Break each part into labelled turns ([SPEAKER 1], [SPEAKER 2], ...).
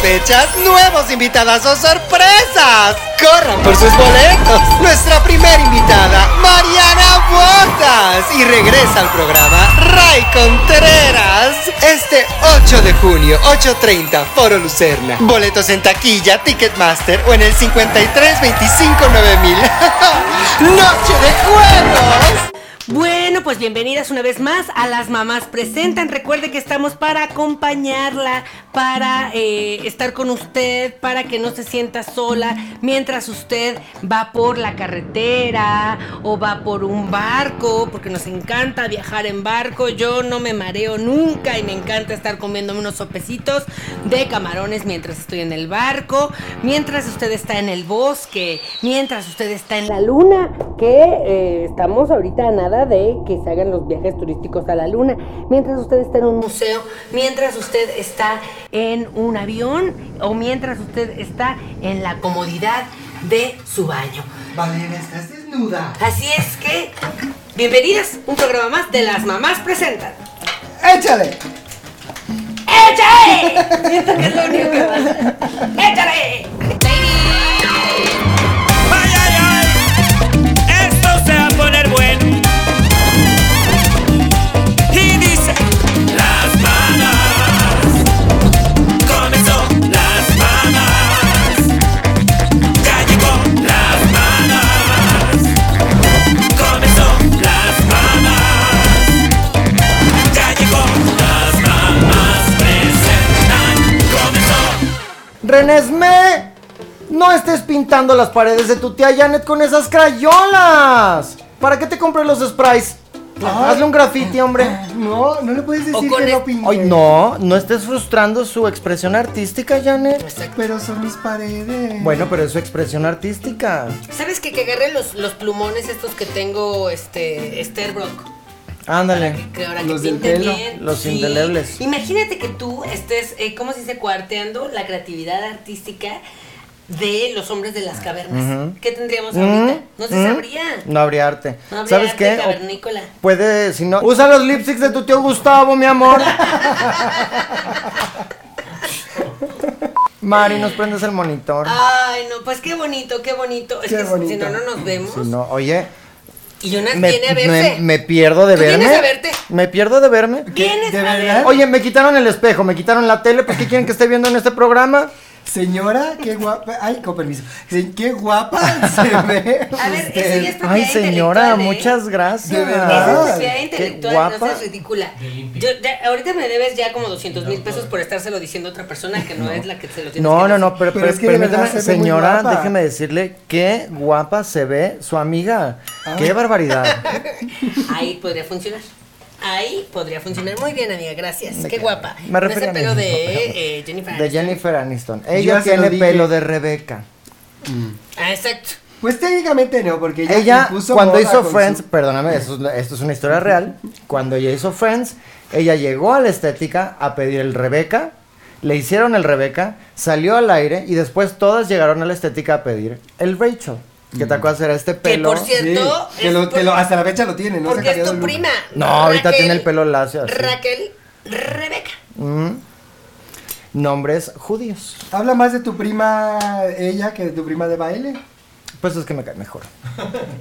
[SPEAKER 1] fechas, nuevos invitadas o sorpresas. Corran por sus boletos. Nuestra primera invitada, Mariana Botas. Y regresa al programa Ray Contreras. Este 8 de junio, 8.30, Foro Lucerna. Boletos en taquilla, Ticketmaster o en el 53259000. Noche de juegos.
[SPEAKER 2] Bueno, pues bienvenidas una vez más a Las Mamás Presentan. Recuerde que estamos para acompañarla, para eh, estar con usted, para que no se sienta sola mientras usted va por la carretera o va por un barco, porque nos encanta viajar en barco. Yo no me mareo nunca y me encanta estar comiéndome unos sopecitos de camarones mientras estoy en el barco, mientras usted está en el bosque, mientras usted está en la luna, que eh, estamos ahorita a nada de que se hagan los viajes turísticos a la luna. Mientras usted está en un museo, mientras usted está en un avión o mientras usted está en la comodidad de su baño.
[SPEAKER 1] Valeria, estás desnuda.
[SPEAKER 2] Así es que, bienvenidas, un programa más de Las Mamás Presentan.
[SPEAKER 1] ¡Échale!
[SPEAKER 2] ¡Échale! Siento que es lo único que pasa. ¡Échale!
[SPEAKER 3] ¡Ay, ay, ay! Esto se va a poner bueno. Y dice: Las manas. Comenzó las manas. Ya llegó las manas. Comenzó las manas. Ya llegó las manas. Presentan. Comenzó.
[SPEAKER 4] ¡Renesme! No estés pintando las paredes de tu tía Janet con esas crayolas. ¿Para qué te compré los sprays? Hazle un graffiti, hombre.
[SPEAKER 1] No, no le puedes decir
[SPEAKER 2] con
[SPEAKER 1] que
[SPEAKER 2] el-
[SPEAKER 1] lo pinté.
[SPEAKER 4] Ay, no, no estés frustrando su expresión artística, Janet.
[SPEAKER 1] Pero son mis paredes.
[SPEAKER 4] Bueno, pero es su expresión artística.
[SPEAKER 2] ¿Sabes que, que agarré los, los plumones estos que tengo, este, Esther Brock?
[SPEAKER 4] Ándale.
[SPEAKER 2] Que ahora
[SPEAKER 1] Los
[SPEAKER 2] que
[SPEAKER 1] del
[SPEAKER 2] pinten
[SPEAKER 1] pelo,
[SPEAKER 2] bien,
[SPEAKER 4] los indelebles.
[SPEAKER 2] Imagínate que tú estés, eh, ¿cómo se dice? Cuarteando la creatividad artística de los hombres de las cavernas. ¿Qué tendríamos ahorita? No se
[SPEAKER 4] Mm,
[SPEAKER 2] sabría.
[SPEAKER 4] No habría arte.
[SPEAKER 2] No habría
[SPEAKER 4] ¿Sabes
[SPEAKER 2] arte
[SPEAKER 4] qué? O-
[SPEAKER 2] cavernícola.
[SPEAKER 4] Puede, si no. Usa los lipsticks de tu tío Gustavo, mi amor. Mari, nos prendes el monitor.
[SPEAKER 2] Ay, no, pues qué bonito, qué bonito. Es
[SPEAKER 1] Qué
[SPEAKER 2] que
[SPEAKER 1] bonito.
[SPEAKER 2] si no, no nos vemos.
[SPEAKER 4] Si no, oye,
[SPEAKER 2] Y una
[SPEAKER 4] me,
[SPEAKER 2] viene a
[SPEAKER 4] me-
[SPEAKER 2] verse.
[SPEAKER 4] me pierdo de
[SPEAKER 2] Tú
[SPEAKER 4] verme.
[SPEAKER 2] vienes a verte.
[SPEAKER 4] Me pierdo de verme.
[SPEAKER 2] Vienes
[SPEAKER 1] ¿De
[SPEAKER 2] a ver.
[SPEAKER 1] verdad?
[SPEAKER 4] Oye, me quitaron el espejo, me quitaron la tele, pues ¿qué quieren que esté viendo en este programa?
[SPEAKER 1] Señora, qué guapa. Ay, con permiso. Se- Qué guapa se ve.
[SPEAKER 2] A ver,
[SPEAKER 1] usted.
[SPEAKER 2] eso ya es propiedad
[SPEAKER 4] Ay, señora,
[SPEAKER 2] intelectual, ¿eh?
[SPEAKER 4] muchas gracias.
[SPEAKER 1] De
[SPEAKER 2] Esa
[SPEAKER 1] verdad.
[SPEAKER 2] es
[SPEAKER 1] Ah,
[SPEAKER 2] propiedad
[SPEAKER 4] qué
[SPEAKER 2] intelectual, no seas ridícula. Yo, ya- ahorita me debes ya como 200 mil pesos por estárselo diciendo a otra persona que no, es la que se lo tiene
[SPEAKER 4] No, no, no, pero,
[SPEAKER 1] Pero
[SPEAKER 4] pero
[SPEAKER 1] es que de
[SPEAKER 4] permítame,
[SPEAKER 1] verdad se ve muy
[SPEAKER 4] señora,
[SPEAKER 1] guapa.
[SPEAKER 4] déjeme decirle qué guapa se ve su amiga. Qué barbaridad.
[SPEAKER 2] Ahí podría funcionar. Ahí podría funcionar muy bien, amiga. Gracias. Qué
[SPEAKER 4] qué?
[SPEAKER 2] guapa.
[SPEAKER 4] Me refiero
[SPEAKER 2] no
[SPEAKER 4] a
[SPEAKER 2] es el pelo
[SPEAKER 4] mí.
[SPEAKER 2] de eh, Jennifer.
[SPEAKER 4] De
[SPEAKER 2] Aniston.
[SPEAKER 4] Jennifer Aniston.
[SPEAKER 1] Yo
[SPEAKER 4] Ella
[SPEAKER 1] ya se lo
[SPEAKER 4] tiene
[SPEAKER 1] dije.
[SPEAKER 4] pelo de Rebeca.
[SPEAKER 2] Ah, exacto.
[SPEAKER 1] Pues técnicamente no, porque ella,
[SPEAKER 4] Ella,
[SPEAKER 1] impuso
[SPEAKER 4] cuando
[SPEAKER 1] moda
[SPEAKER 4] hizo
[SPEAKER 1] con
[SPEAKER 4] Friends,
[SPEAKER 1] su-
[SPEAKER 4] perdóname, eso es- esto es una historia real. Cuando ella hizo Friends, ella llegó a la estética a pedir el Rebeca, le hicieron el Rebeca, salió al aire y después todas llegaron a la estética a pedir el Rachel. ¿Qué
[SPEAKER 1] Mm.
[SPEAKER 4] te acuerdas? Era este
[SPEAKER 2] Que
[SPEAKER 4] pelo.
[SPEAKER 2] por cierto.
[SPEAKER 1] Sí, que
[SPEAKER 2] es
[SPEAKER 1] lo-
[SPEAKER 2] por-
[SPEAKER 1] que lo- hasta la fecha lo tiene, ¿no? Se ha
[SPEAKER 2] porque es
[SPEAKER 1] cambiado
[SPEAKER 2] tu
[SPEAKER 1] el look.
[SPEAKER 2] prima.
[SPEAKER 4] No, ahorita tiene el pelo lacio, así.
[SPEAKER 2] Raquel Rebeca.
[SPEAKER 4] Nombres judíos.
[SPEAKER 1] Habla más de tu prima ella que de tu prima de baile.
[SPEAKER 4] Pues es que me cae mejor.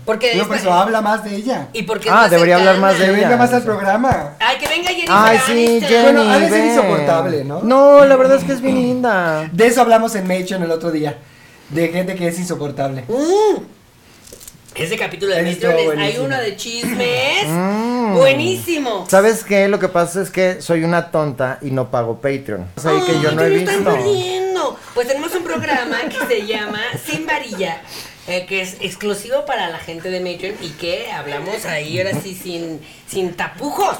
[SPEAKER 2] Porque
[SPEAKER 1] No,
[SPEAKER 2] es-
[SPEAKER 1] por eso habla más de ella.
[SPEAKER 2] Y porque es
[SPEAKER 4] Ah,
[SPEAKER 2] más
[SPEAKER 4] debería hablar más
[SPEAKER 2] cercana.
[SPEAKER 1] Que
[SPEAKER 4] de ella.
[SPEAKER 1] venga más al programa.
[SPEAKER 2] Ay, que venga Jennifer.
[SPEAKER 4] Ay, sí,
[SPEAKER 2] Aniston.
[SPEAKER 4] Jenny.
[SPEAKER 1] Bueno, ha de ser
[SPEAKER 4] ven.
[SPEAKER 1] insoportable, ¿no?
[SPEAKER 4] No, la verdad es que es bien linda.
[SPEAKER 1] De eso hablamos en Mation el otro día. De gente que es insoportable.
[SPEAKER 2] Mm. Ese capítulo de
[SPEAKER 1] Estuvo
[SPEAKER 2] Misiones, hay
[SPEAKER 1] buenísimo.
[SPEAKER 2] uno de chismes.
[SPEAKER 4] Mm.
[SPEAKER 2] Buenísimo.
[SPEAKER 4] ¿Sabes qué? Lo que pasa es que soy una tonta y no pago Patreon. Es ahí que yo
[SPEAKER 2] Ay,
[SPEAKER 4] no
[SPEAKER 2] te
[SPEAKER 4] he
[SPEAKER 2] lo están
[SPEAKER 4] visto.
[SPEAKER 2] perdiendo. Pues tenemos un programa que se llama Sin Varilla, eh, que es exclusivo para la gente de Matreon y que hablamos ahí ahora sí sin, sin tapujos.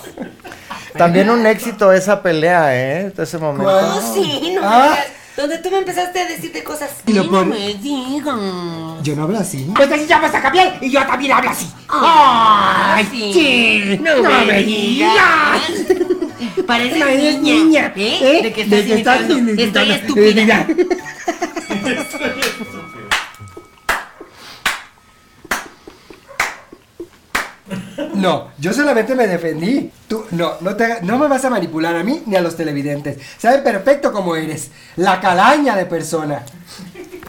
[SPEAKER 4] También un éxito esa pelea, ¿eh? De ese momento.
[SPEAKER 1] ¿Cuál?
[SPEAKER 2] No, sí, no me
[SPEAKER 1] Ah.
[SPEAKER 2] digas. Donde tú me empezaste a decir de cosas.
[SPEAKER 1] Y lo
[SPEAKER 2] Sí, no
[SPEAKER 1] pone-
[SPEAKER 2] me digan.
[SPEAKER 1] Yo no hablo así.
[SPEAKER 5] Pues así llamas a Gabriel y yo también hablo así.
[SPEAKER 2] Ay, sí.
[SPEAKER 5] sí, no, me digas.
[SPEAKER 2] Parece
[SPEAKER 5] Eres niña, ¿eh?
[SPEAKER 2] De que estás Eh, imitando. Estoy estúpida.
[SPEAKER 5] estúpida.
[SPEAKER 6] No, yo solamente me defendí. Tú, no, no, te, hagas- no me vas a manipular a mí ni a los televidentes. Saben perfecto cómo eres. La calaña de persona.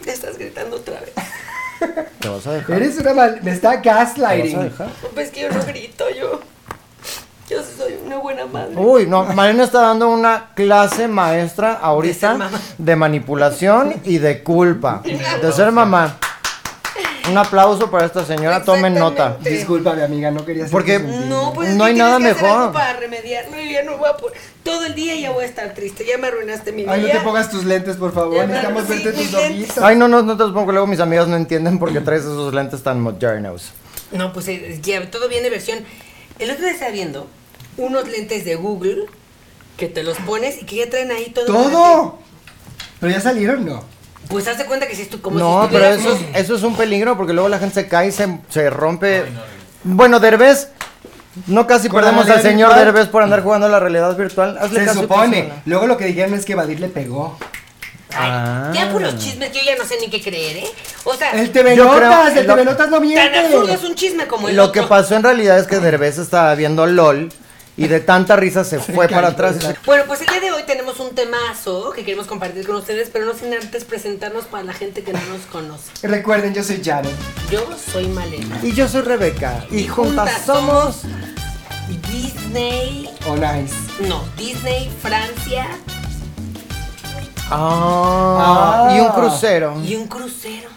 [SPEAKER 2] Te estás gritando otra vez.
[SPEAKER 4] ¿Te vas a dejar?
[SPEAKER 6] Eres una mal... Me está
[SPEAKER 4] ¿Te vas a
[SPEAKER 6] gaslighting.
[SPEAKER 4] dejar?
[SPEAKER 2] Pues que yo no grito, yo. Yo soy una buena madre.
[SPEAKER 4] Uy, no, Marina está dando una clase maestra
[SPEAKER 2] ser
[SPEAKER 4] ahorita
[SPEAKER 2] mamá.
[SPEAKER 4] de manipulación y de culpa. De ser mamá. Un aplauso para esta señora, tomen nota.
[SPEAKER 6] Discúlpame, amiga, no quería hacer
[SPEAKER 4] Porque-
[SPEAKER 6] eso.
[SPEAKER 2] No, pues es
[SPEAKER 4] No
[SPEAKER 2] que
[SPEAKER 4] hay
[SPEAKER 2] tienes
[SPEAKER 4] nada
[SPEAKER 2] que hacer
[SPEAKER 4] mejor.
[SPEAKER 2] algo para remediar. No, yo ya no voy a por- Todo el día ya voy a estar triste. Ya me arruinaste mi vida.
[SPEAKER 6] Ay, no te pongas tus lentes, por favor.
[SPEAKER 2] Ya,
[SPEAKER 6] Necesitamos
[SPEAKER 2] sí,
[SPEAKER 6] verte
[SPEAKER 2] mis
[SPEAKER 6] tus
[SPEAKER 2] lentes.
[SPEAKER 6] ojitos.
[SPEAKER 4] Ay, no, no, no te los pongo, luego mis amigas no entienden por qué traes esos lentes tan modernos.
[SPEAKER 2] No, pues eh, ya todo viene versión. El otro día estaba viendo unos lentes de Google que te los pones y que ya traen ahí todo.
[SPEAKER 6] ¡Todo! ¿Pero ya salieron? No.
[SPEAKER 2] Pues hazte cuenta que si estu- como
[SPEAKER 4] No,
[SPEAKER 2] si
[SPEAKER 4] pero
[SPEAKER 2] estuvieras-
[SPEAKER 4] eso es, eso es un peligro porque luego la gente se cae y se, se rompe. Bueno, Derbez, no casi
[SPEAKER 6] Con la
[SPEAKER 4] perdemos al
[SPEAKER 6] realidad
[SPEAKER 4] señor
[SPEAKER 6] virtual.
[SPEAKER 4] Derbez por andar jugando a la realidad virtual. Hazle
[SPEAKER 6] Se
[SPEAKER 4] caso a tu
[SPEAKER 6] supone.
[SPEAKER 4] señora.
[SPEAKER 6] Luego lo que dijeron es que Vadir le pegó.
[SPEAKER 2] Ay,
[SPEAKER 4] Ah.
[SPEAKER 2] Ya por los chismes yo ya no sé ni qué creer, ¿eh? O sea,
[SPEAKER 6] El TV
[SPEAKER 4] Yo creo-
[SPEAKER 6] Notas, el
[SPEAKER 4] lo-
[SPEAKER 6] TV Notas no
[SPEAKER 2] tan absurdo es
[SPEAKER 6] miente.
[SPEAKER 2] un chisme como el
[SPEAKER 4] Lo
[SPEAKER 2] otro.
[SPEAKER 4] que pasó en realidad es que Derbez estaba viendo LOL y de tanta risa se fue para
[SPEAKER 6] cayó,
[SPEAKER 4] atrás.
[SPEAKER 6] ¿verdad?
[SPEAKER 2] Bueno, pues el día de hoy tenemos un temazo que queremos compartir con ustedes, pero no sin antes presentarnos para la gente que no nos conoce.
[SPEAKER 6] Recuerden, yo soy Jared.
[SPEAKER 2] Yo soy Malena.
[SPEAKER 4] Y yo soy Rebeca y juntas somos
[SPEAKER 2] Disney.
[SPEAKER 6] Oh, nice.
[SPEAKER 2] No, Disney, Francia
[SPEAKER 4] Ah,
[SPEAKER 6] Ah.
[SPEAKER 4] y un crucero.
[SPEAKER 2] y un crucero.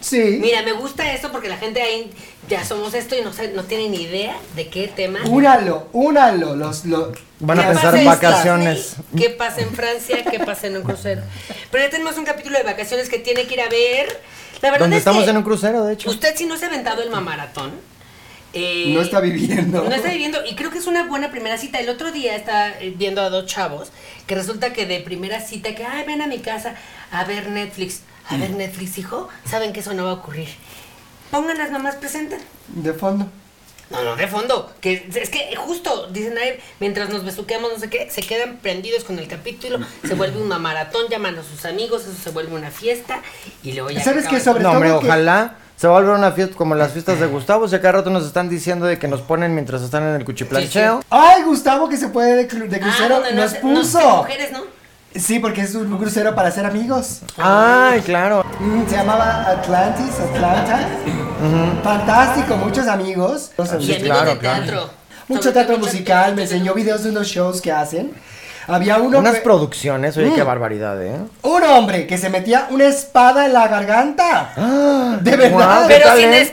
[SPEAKER 6] Sí.
[SPEAKER 2] Mira, me gusta eso porque la gente ahí ya somos esto y no, sabe- no tiene ni idea de qué tema.
[SPEAKER 6] Únalo, únalo. Los, los...
[SPEAKER 4] Van a
[SPEAKER 2] ¿Qué
[SPEAKER 4] pensar
[SPEAKER 2] pasa en
[SPEAKER 4] vacaciones.
[SPEAKER 2] Disney? ¿Qué pasa en Francia? ¿Qué pasa en un crucero? Pero ya tenemos un capítulo de vacaciones que tiene que ir a ver. La verdad
[SPEAKER 4] Donde
[SPEAKER 2] es
[SPEAKER 4] estamos
[SPEAKER 2] que
[SPEAKER 4] en un crucero, de hecho.
[SPEAKER 2] usted si no se ha aventado el mamaratón. eh,
[SPEAKER 6] No está viviendo.
[SPEAKER 2] No está viviendo, y creo que es una buena primera cita. El otro día estaba eh, viendo a dos chavos que resulta que de primera cita, que, ay, ven a mi casa a ver Netflix. A
[SPEAKER 4] Mm.
[SPEAKER 2] ver Netflix, hijo, saben que eso no va a ocurrir. Pongan las mamás presentes.
[SPEAKER 6] De fondo.
[SPEAKER 2] No, no, de fondo. Que es que justo, dicen ahí, mientras nos besuqueamos, no sé qué, se quedan prendidos con el capítulo, se vuelve un maratón, llaman a sus amigos, eso se vuelve una fiesta, y luego ya.
[SPEAKER 6] ¿Sabes
[SPEAKER 2] acaban.
[SPEAKER 6] qué? Sobre
[SPEAKER 4] No,
[SPEAKER 6] todo
[SPEAKER 4] hombre,
[SPEAKER 6] que-
[SPEAKER 4] ojalá se va a volver una fiesta como las fiestas de Gustavo. Si a cada rato nos están diciendo de que nos ponen mientras están en el cuchiplancheo.
[SPEAKER 6] Ay, Gustavo, que se puede de, cru- de
[SPEAKER 2] Ah,
[SPEAKER 6] crucero.
[SPEAKER 2] donde
[SPEAKER 6] nos
[SPEAKER 2] no se- no, que
[SPEAKER 6] puso.
[SPEAKER 2] mujeres, ¿no?
[SPEAKER 6] sí, porque es un crucero para ser amigos.
[SPEAKER 4] Ay, claro.
[SPEAKER 6] Mm, se llamaba Atlantis, Atlanta. Fantástico, muchos amigos. Los
[SPEAKER 2] Y
[SPEAKER 6] amigos.
[SPEAKER 2] amigos
[SPEAKER 4] claro,
[SPEAKER 2] de
[SPEAKER 4] claro.
[SPEAKER 2] teatro.
[SPEAKER 6] Mucho
[SPEAKER 2] Sobre
[SPEAKER 6] teatro
[SPEAKER 2] todo mucho
[SPEAKER 6] musical,
[SPEAKER 2] teatro.
[SPEAKER 6] me enseñó videos de unos shows que hacen. Había uno
[SPEAKER 4] Unas
[SPEAKER 6] que-
[SPEAKER 4] producciones, oye,
[SPEAKER 6] Mm.
[SPEAKER 4] qué barbaridad, ¿eh?
[SPEAKER 6] un hombre que se metía una espada en la garganta. de verdad.
[SPEAKER 4] Ah, guau, qué
[SPEAKER 2] Pero sin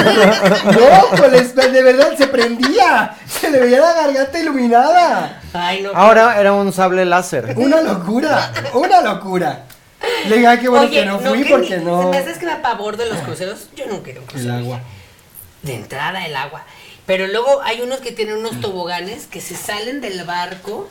[SPEAKER 2] espada.
[SPEAKER 6] No, con la espada, de verdad se prendía. Se le veía la garganta iluminada.
[SPEAKER 2] Ay, no.
[SPEAKER 4] Ahora era un sable láser.
[SPEAKER 6] Una locura, una locura. Le dije, ay, qué bueno
[SPEAKER 2] Oye,
[SPEAKER 6] que no fui
[SPEAKER 2] que
[SPEAKER 6] porque
[SPEAKER 2] ni-
[SPEAKER 6] no.
[SPEAKER 2] Se me hace que me apavor de los cruceros. Yo nunca he ido a un
[SPEAKER 6] El
[SPEAKER 2] crucero.
[SPEAKER 6] agua.
[SPEAKER 2] de entrada el agua. Pero luego hay unos que tienen unos toboganes que se salen del barco.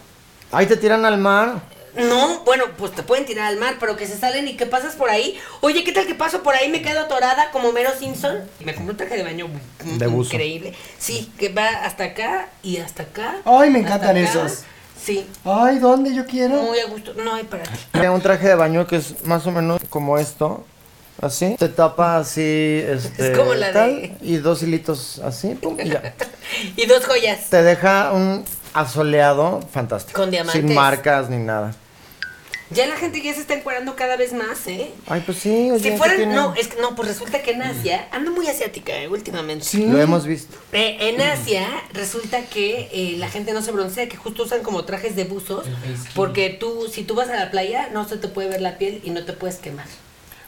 [SPEAKER 4] Ahí te tiran al mar.
[SPEAKER 2] No, bueno, pues te pueden tirar al mar, pero que se salen y que pasas por ahí. Oye, ¿qué tal que paso por ahí? Me quedo atorada como Mero Simpson. Me compré un traje de baño mm,
[SPEAKER 4] De buzo.
[SPEAKER 2] increíble. Sí, que va hasta acá y hasta acá.
[SPEAKER 6] Ay, me
[SPEAKER 2] hasta
[SPEAKER 6] encantan
[SPEAKER 2] acá.
[SPEAKER 6] esos.
[SPEAKER 2] Sí,
[SPEAKER 6] Ay, ¿dónde yo quiero?
[SPEAKER 2] muy a gusto. No hay para ti.
[SPEAKER 4] Tiene un traje de baño que es más o menos como esto. Así. Te tapa así, este.
[SPEAKER 2] Es como la
[SPEAKER 4] tal,
[SPEAKER 2] de-
[SPEAKER 4] Y dos hilitos así, pum, y ya.
[SPEAKER 2] Y dos joyas.
[SPEAKER 4] Te deja un asoleado fantástico.
[SPEAKER 2] Con diamantes.
[SPEAKER 4] Sin marcas ni nada.
[SPEAKER 2] Ya la gente ya se está encuadrando cada vez más, ¿eh?
[SPEAKER 4] Ay, pues sí, oye.
[SPEAKER 2] Si
[SPEAKER 4] ¿qué
[SPEAKER 2] fueran,
[SPEAKER 4] tiene?
[SPEAKER 2] no, es que no, pues resulta que en Asia, ando muy asiática, eh, últimamente.
[SPEAKER 6] Sí.
[SPEAKER 4] Lo hemos visto.
[SPEAKER 2] Eh, en Asia resulta que eh, la gente no se broncea, que justo usan como trajes de buzos, porque tú, si tú vas a la playa, no se te puede ver la piel y no te puedes quemar.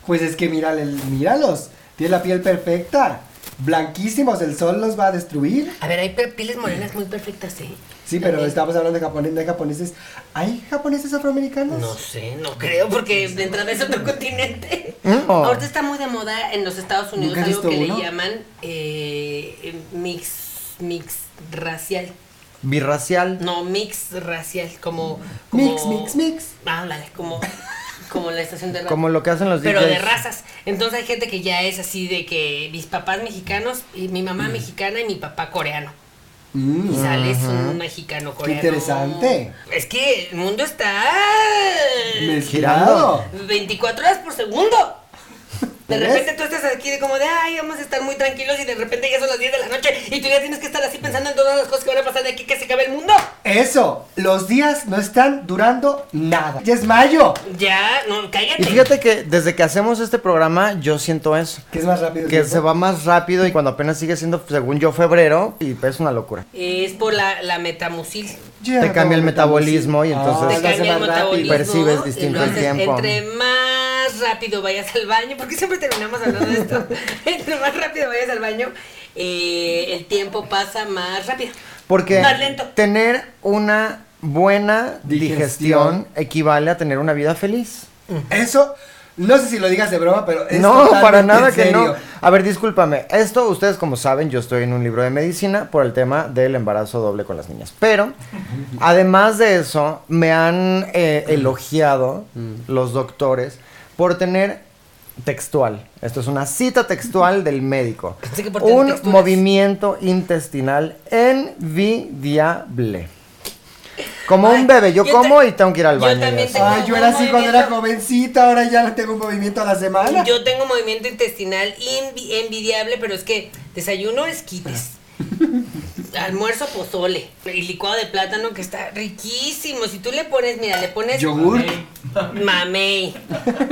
[SPEAKER 6] Pues es que mírale- míralos. Tiene la piel perfecta. Blanquísimos, el sol los va a destruir.
[SPEAKER 2] A ver, hay pe- pieles morenas muy perfectas, ¿eh?
[SPEAKER 6] Sí, pero
[SPEAKER 2] También.
[SPEAKER 6] estamos hablando de japoneses, de japoneses. ¿Hay japoneses afroamericanos?
[SPEAKER 2] No sé, no creo, porque de entrada es otro continente.
[SPEAKER 4] Mm.
[SPEAKER 2] Ahorita está muy de moda en los Estados Unidos
[SPEAKER 6] ¿Eh? Oh. ¿Nunca has
[SPEAKER 2] algo que
[SPEAKER 6] visto
[SPEAKER 2] le
[SPEAKER 6] uno?
[SPEAKER 2] llaman eh, mix, mix racial.
[SPEAKER 4] Birracial.
[SPEAKER 2] No, mix racial, como... como
[SPEAKER 6] Mix, mix, mix.
[SPEAKER 2] Ándale, como, como la estación de radio.
[SPEAKER 4] Como lo que hacen los
[SPEAKER 2] Pero
[SPEAKER 4] DJs.
[SPEAKER 2] de razas. Entonces hay gente que ya es así de que mis papás mexicanos, y mi mamá
[SPEAKER 4] Mm.
[SPEAKER 2] mexicana y mi papá coreano.
[SPEAKER 6] Mm.
[SPEAKER 2] Y sales un mexicano coreano.
[SPEAKER 6] interesante.
[SPEAKER 2] Es que el mundo está
[SPEAKER 6] Mm, Mezclado.
[SPEAKER 2] 24 horas por segundo. De
[SPEAKER 6] ¿Ves?
[SPEAKER 2] repente tú estás aquí de como de, ay, vamos a estar muy tranquilos y de repente ya son las 10 de la noche y tú ya tienes que estar así pensando en todas las cosas que van a pasar de aquí que se acabe el mundo.
[SPEAKER 6] Eso, los días no están durando nada. Ya es mayo,
[SPEAKER 2] Ya, no, cállate.
[SPEAKER 4] Y fíjate que desde que hacemos este programa yo siento eso.
[SPEAKER 6] que es más rápido. el
[SPEAKER 4] Que
[SPEAKER 6] tiempo.
[SPEAKER 4] se va más rápido y cuando apenas sigue siendo, según yo, febrero, y es una locura.
[SPEAKER 2] Es por la, la metamucil.
[SPEAKER 6] Ya
[SPEAKER 4] te cambia el
[SPEAKER 6] no,
[SPEAKER 4] metabolismo y
[SPEAKER 6] sí.
[SPEAKER 4] entonces-
[SPEAKER 6] Ah,
[SPEAKER 2] Te
[SPEAKER 4] Te
[SPEAKER 6] se hace
[SPEAKER 2] cambia el
[SPEAKER 6] más rápido.
[SPEAKER 2] metabolismo.
[SPEAKER 4] Percibes
[SPEAKER 2] y
[SPEAKER 4] distinto
[SPEAKER 2] lo
[SPEAKER 4] el
[SPEAKER 2] haces-
[SPEAKER 4] tiempo.
[SPEAKER 2] Entre más rápido vayas al baño, porque siempre terminamos hablando de esto. entre más rápido vayas al baño, eh, el tiempo pasa más rápido.
[SPEAKER 4] Porque
[SPEAKER 2] Más lento.
[SPEAKER 4] tener una buena digestión,
[SPEAKER 6] Digestión.
[SPEAKER 4] equivale a tener una vida feliz.
[SPEAKER 6] Mm. Eso, no sé si lo digas de broma, pero es
[SPEAKER 4] no, para
[SPEAKER 6] totalmente
[SPEAKER 4] nada
[SPEAKER 6] en
[SPEAKER 4] que no.
[SPEAKER 6] serio.
[SPEAKER 4] A ver, discúlpame. Esto, ustedes como saben, yo estoy en un libro de medicina por el tema del embarazo doble con las niñas. Pero, además de eso, me han
[SPEAKER 6] Mm.
[SPEAKER 4] eh, elogiado los doctores por tener textual. Esto es una cita textual del médico.
[SPEAKER 2] Pensé que por tener
[SPEAKER 4] Un
[SPEAKER 2] texturas.
[SPEAKER 4] movimiento intestinal envidiable. Como un
[SPEAKER 2] Ay,
[SPEAKER 4] bebé, yo,
[SPEAKER 2] yo
[SPEAKER 4] como
[SPEAKER 2] ta-
[SPEAKER 4] y tengo que ir al
[SPEAKER 2] yo
[SPEAKER 4] baño. y
[SPEAKER 2] también
[SPEAKER 4] así.
[SPEAKER 2] tengo-
[SPEAKER 6] Ay, yo era así cuando era jovencita, ahora ya tengo un movimiento a la semana.
[SPEAKER 2] Yo tengo movimiento intestinal invi- envidiable, pero es que desayuno esquites. Almuerzo pozole. Y licuado de plátano que está riquísimo. Si tú le pones, mira, le pones.
[SPEAKER 6] Yogur.
[SPEAKER 2] Mamey.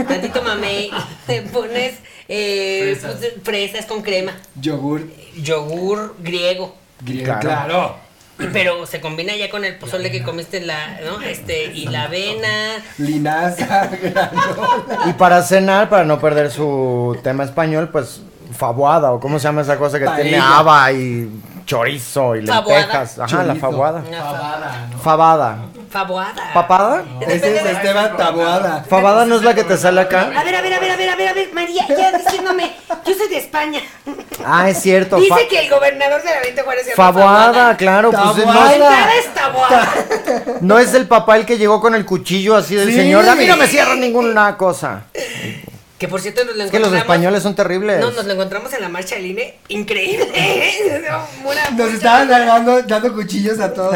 [SPEAKER 2] Tantito mamey. Le pones eh, pues, fresas. con crema.
[SPEAKER 6] Yogur.
[SPEAKER 2] Yogur griego.
[SPEAKER 6] griego,
[SPEAKER 4] Claro.
[SPEAKER 6] claro.
[SPEAKER 2] Pero se combina ya con el pozole que comiste la, ¿no? Este, y la avena.
[SPEAKER 6] Linaza, granola.
[SPEAKER 4] Y para cenar, para no perder su tema español, pues fabuada o cómo se llama esa cosa que tiene
[SPEAKER 6] Paella.
[SPEAKER 4] haba y chorizo y
[SPEAKER 2] Fabuada.
[SPEAKER 4] lentejas. Ajá, la
[SPEAKER 6] Chorizo.
[SPEAKER 4] fabuada.
[SPEAKER 2] Una fa-
[SPEAKER 4] Fabada.
[SPEAKER 2] faboada.
[SPEAKER 4] ¿Papada?
[SPEAKER 6] Ese es Esteban Taboada.
[SPEAKER 4] Fabada no es la que te sale
[SPEAKER 2] A
[SPEAKER 4] acá.
[SPEAKER 2] ver, a ver, a ver, a ver, a ver, a ver, María, ya diciéndome, yo soy de España.
[SPEAKER 4] Ah, es cierto. fa-
[SPEAKER 2] Dice que el gobernador de la Benito Juárez se llama
[SPEAKER 4] Fabuada, claro. Pues no,
[SPEAKER 2] La
[SPEAKER 6] Taboada.
[SPEAKER 4] es,
[SPEAKER 2] entrada es tabuada.
[SPEAKER 4] no es el papá el que llegó con el cuchillo así del
[SPEAKER 6] Sí.
[SPEAKER 4] señor. A mí no me cierran ninguna cosa.
[SPEAKER 2] Que por cierto nos lo
[SPEAKER 4] Es que los
[SPEAKER 2] encontramos-
[SPEAKER 4] españoles son terribles.
[SPEAKER 2] No, nos lo encontramos en la marcha del INE. Increíble. ¿eh? Una
[SPEAKER 6] Nos
[SPEAKER 2] marcha-
[SPEAKER 6] estaban dando, dando cuchillos a todos.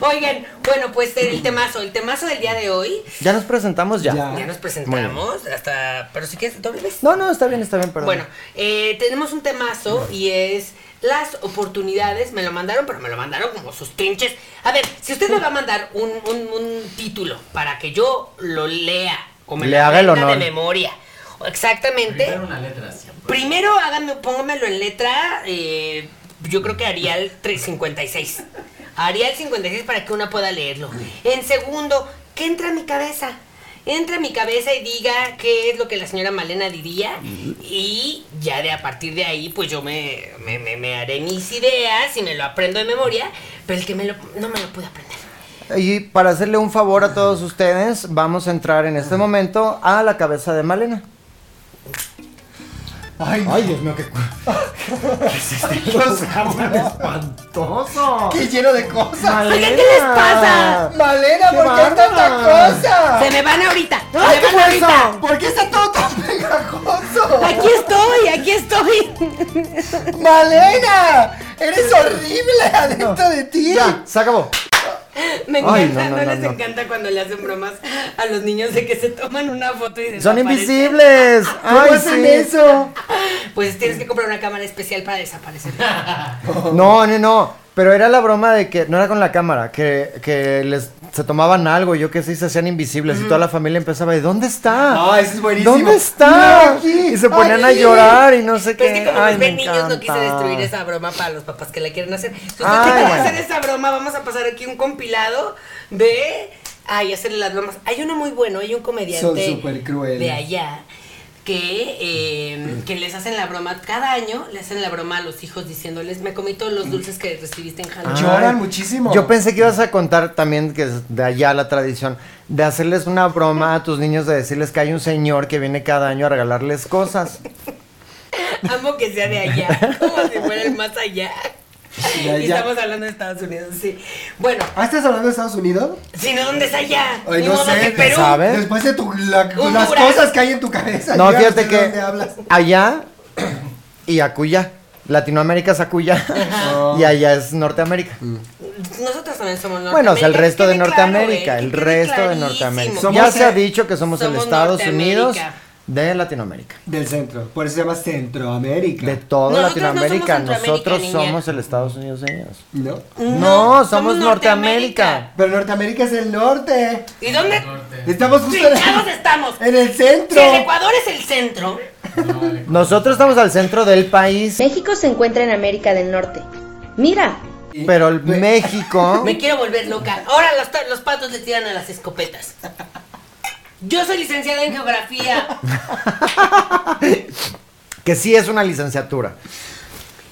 [SPEAKER 2] Oigan, bueno, pues el temazo, el temazo del día de hoy.
[SPEAKER 4] Ya nos presentamos ya.
[SPEAKER 6] Ya.
[SPEAKER 2] Ya nos presentamos hasta. Pero si quieres, doble vez.
[SPEAKER 4] No, no, está bien, está bien, perdón.
[SPEAKER 2] Bueno, eh, tenemos un temazo y es las oportunidades. Me lo mandaron, pero me lo mandaron como sus pinches. A ver, si usted me va a mandar un, un- un título para que yo lo lea o me
[SPEAKER 4] Le
[SPEAKER 2] lo
[SPEAKER 4] haga el
[SPEAKER 2] aprenda
[SPEAKER 4] honor.
[SPEAKER 2] de memoria. o Exactamente. Primero una letra. pues. Primero hágame, póngamelo en letra. eh, yo creo que Arial 356. Arial 56 para que una pueda leerlo. En segundo, ¿qué entra a mi cabeza? entra a mi cabeza y diga qué es lo que la señora Malena diría y ya de a partir de ahí pues yo me, me, me- me haré mis ideas y me lo aprendo de memoria, pero el que me lo, no me lo pude aprender.
[SPEAKER 4] Y para hacerle un favor a todos ustedes, vamos a entrar en este momento a la cabeza de Malena.
[SPEAKER 6] Ay, Dios mío, qué.
[SPEAKER 4] ¡Espantoso!
[SPEAKER 6] ¡Qué lleno de cosas!
[SPEAKER 2] Oigan, ¿qué les pasa?
[SPEAKER 6] Malena,
[SPEAKER 4] ¡Qué
[SPEAKER 6] ¿por qué es
[SPEAKER 4] bárbara!
[SPEAKER 6] tanta cosa?
[SPEAKER 2] Se me van ahorita. Se
[SPEAKER 4] ¡Ay,
[SPEAKER 2] me
[SPEAKER 4] qué
[SPEAKER 2] van
[SPEAKER 4] fuerza!
[SPEAKER 2] ahorita.
[SPEAKER 6] ¿Por qué está todo tan pegajoso?
[SPEAKER 2] Aquí estoy, aquí estoy.
[SPEAKER 6] ¡Malena! ¡Eres horrible adentro de ti!
[SPEAKER 4] Ya, se acabó.
[SPEAKER 2] Me
[SPEAKER 4] Ay,
[SPEAKER 2] encanta, no,
[SPEAKER 4] no, no, no,
[SPEAKER 2] les
[SPEAKER 4] no.
[SPEAKER 2] encanta cuando le hacen bromas a los niños de que se toman una foto y
[SPEAKER 4] ¡Son
[SPEAKER 2] desaparecen.
[SPEAKER 4] invisibles!
[SPEAKER 6] ¿Cómo
[SPEAKER 4] Ah, ¡Ay,
[SPEAKER 6] hacen
[SPEAKER 4] sí!
[SPEAKER 6] eso?
[SPEAKER 2] Pues tienes que comprar una cámara especial para desaparecer.
[SPEAKER 4] No, no, no. Pero era la broma de que, no era con la cámara, que, que les, se tomaban algo, yo qué sé, y se hacían invisibles y toda la familia empezaba, ¿y dónde está?
[SPEAKER 6] No, eso es buenísimo.
[SPEAKER 4] ¿Dónde está?
[SPEAKER 6] No, aquí,
[SPEAKER 4] y se ponían
[SPEAKER 6] aquí.
[SPEAKER 4] a llorar y no sé
[SPEAKER 2] Pero
[SPEAKER 4] qué.
[SPEAKER 2] es que como
[SPEAKER 4] Ay,
[SPEAKER 2] nos
[SPEAKER 4] me
[SPEAKER 2] ven niños, no quise
[SPEAKER 4] encanta.
[SPEAKER 2] destruir esa broma para los papás que la quieren hacer. Si usted
[SPEAKER 4] Ay,
[SPEAKER 2] quiere
[SPEAKER 4] bueno.
[SPEAKER 2] hacer esa broma, vamos a pasar aquí un compilado de. Ay, hacerle las bromas. Hay uno muy bueno, hay un comediante.
[SPEAKER 6] Son supercrueles.
[SPEAKER 2] De allá. Que,
[SPEAKER 4] Mm.
[SPEAKER 2] eh, que les hacen la broma cada año, le hacen la broma a los hijos diciéndoles, me comí todos
[SPEAKER 4] Mm.
[SPEAKER 2] los dulces que recibiste en
[SPEAKER 4] Ah,
[SPEAKER 2] Halloween.
[SPEAKER 6] Lloran muchísimo.
[SPEAKER 4] Yo pensé que ibas a contar también que es de allá la tradición de hacerles una broma a tus niños de decirles que hay un señor que viene cada año a regalarles cosas.
[SPEAKER 2] Amo que sea de allá, como si fuera el más allá.
[SPEAKER 6] De allá.
[SPEAKER 2] Y estamos hablando de Estados Unidos, sí. Bueno,
[SPEAKER 6] ¿Ah, estás hablando de Estados Unidos?
[SPEAKER 2] si no, ¿dónde es allá?
[SPEAKER 6] Ay,
[SPEAKER 2] Ni
[SPEAKER 6] no
[SPEAKER 2] modo que
[SPEAKER 6] sé.
[SPEAKER 2] Perú.
[SPEAKER 4] ¿Sabe?
[SPEAKER 6] Después de tu- la-
[SPEAKER 2] Honduras.
[SPEAKER 6] las cosas que hay en tu cabeza. yo
[SPEAKER 4] No,
[SPEAKER 6] ya
[SPEAKER 4] fíjate
[SPEAKER 6] sé de
[SPEAKER 4] que
[SPEAKER 6] dónde hablas.
[SPEAKER 4] allá y acuya. Latinoamérica es Acuya y allá es Norteamérica.
[SPEAKER 6] Mm.
[SPEAKER 2] Nosotros también somos Norteamérica.
[SPEAKER 4] Bueno, o sea, el
[SPEAKER 2] que
[SPEAKER 4] resto de
[SPEAKER 2] quede claro,
[SPEAKER 4] Norteamérica,
[SPEAKER 2] güey,
[SPEAKER 4] el
[SPEAKER 2] que quede
[SPEAKER 4] resto de
[SPEAKER 2] clarísimo.
[SPEAKER 4] Norteamérica.
[SPEAKER 6] Somos
[SPEAKER 4] ya se ha
[SPEAKER 6] el-
[SPEAKER 4] dicho que somos, el
[SPEAKER 2] somos
[SPEAKER 4] Estados Unidos
[SPEAKER 2] Norteamérica.
[SPEAKER 4] de Latinoamérica.
[SPEAKER 6] Del centro. Por eso se llama Centroamérica.
[SPEAKER 4] De toda
[SPEAKER 2] Nosotros no
[SPEAKER 4] Latinoamérica,
[SPEAKER 2] somos Centroamérica,
[SPEAKER 4] nosotros
[SPEAKER 2] niña.
[SPEAKER 4] somos el Estados Unidos de ellos.
[SPEAKER 6] ¿No?
[SPEAKER 4] No, somos Norteamérica.
[SPEAKER 6] Pero Norteamérica es el norte.
[SPEAKER 2] ¿Y dónde?
[SPEAKER 6] Estamos justo en,
[SPEAKER 2] Chingados estamos.
[SPEAKER 6] en el
[SPEAKER 2] Si
[SPEAKER 6] centro.
[SPEAKER 2] el Ecuador es el centro,
[SPEAKER 4] Nosotros estamos al centro del país,
[SPEAKER 7] México se encuentra en América del Norte. Mira,
[SPEAKER 4] pero el México
[SPEAKER 2] me quiero volver loca. Ahora los, ta- los patos le tiran a las escopetas. Yo soy licenciada en geografía.
[SPEAKER 4] que sí es una licenciatura.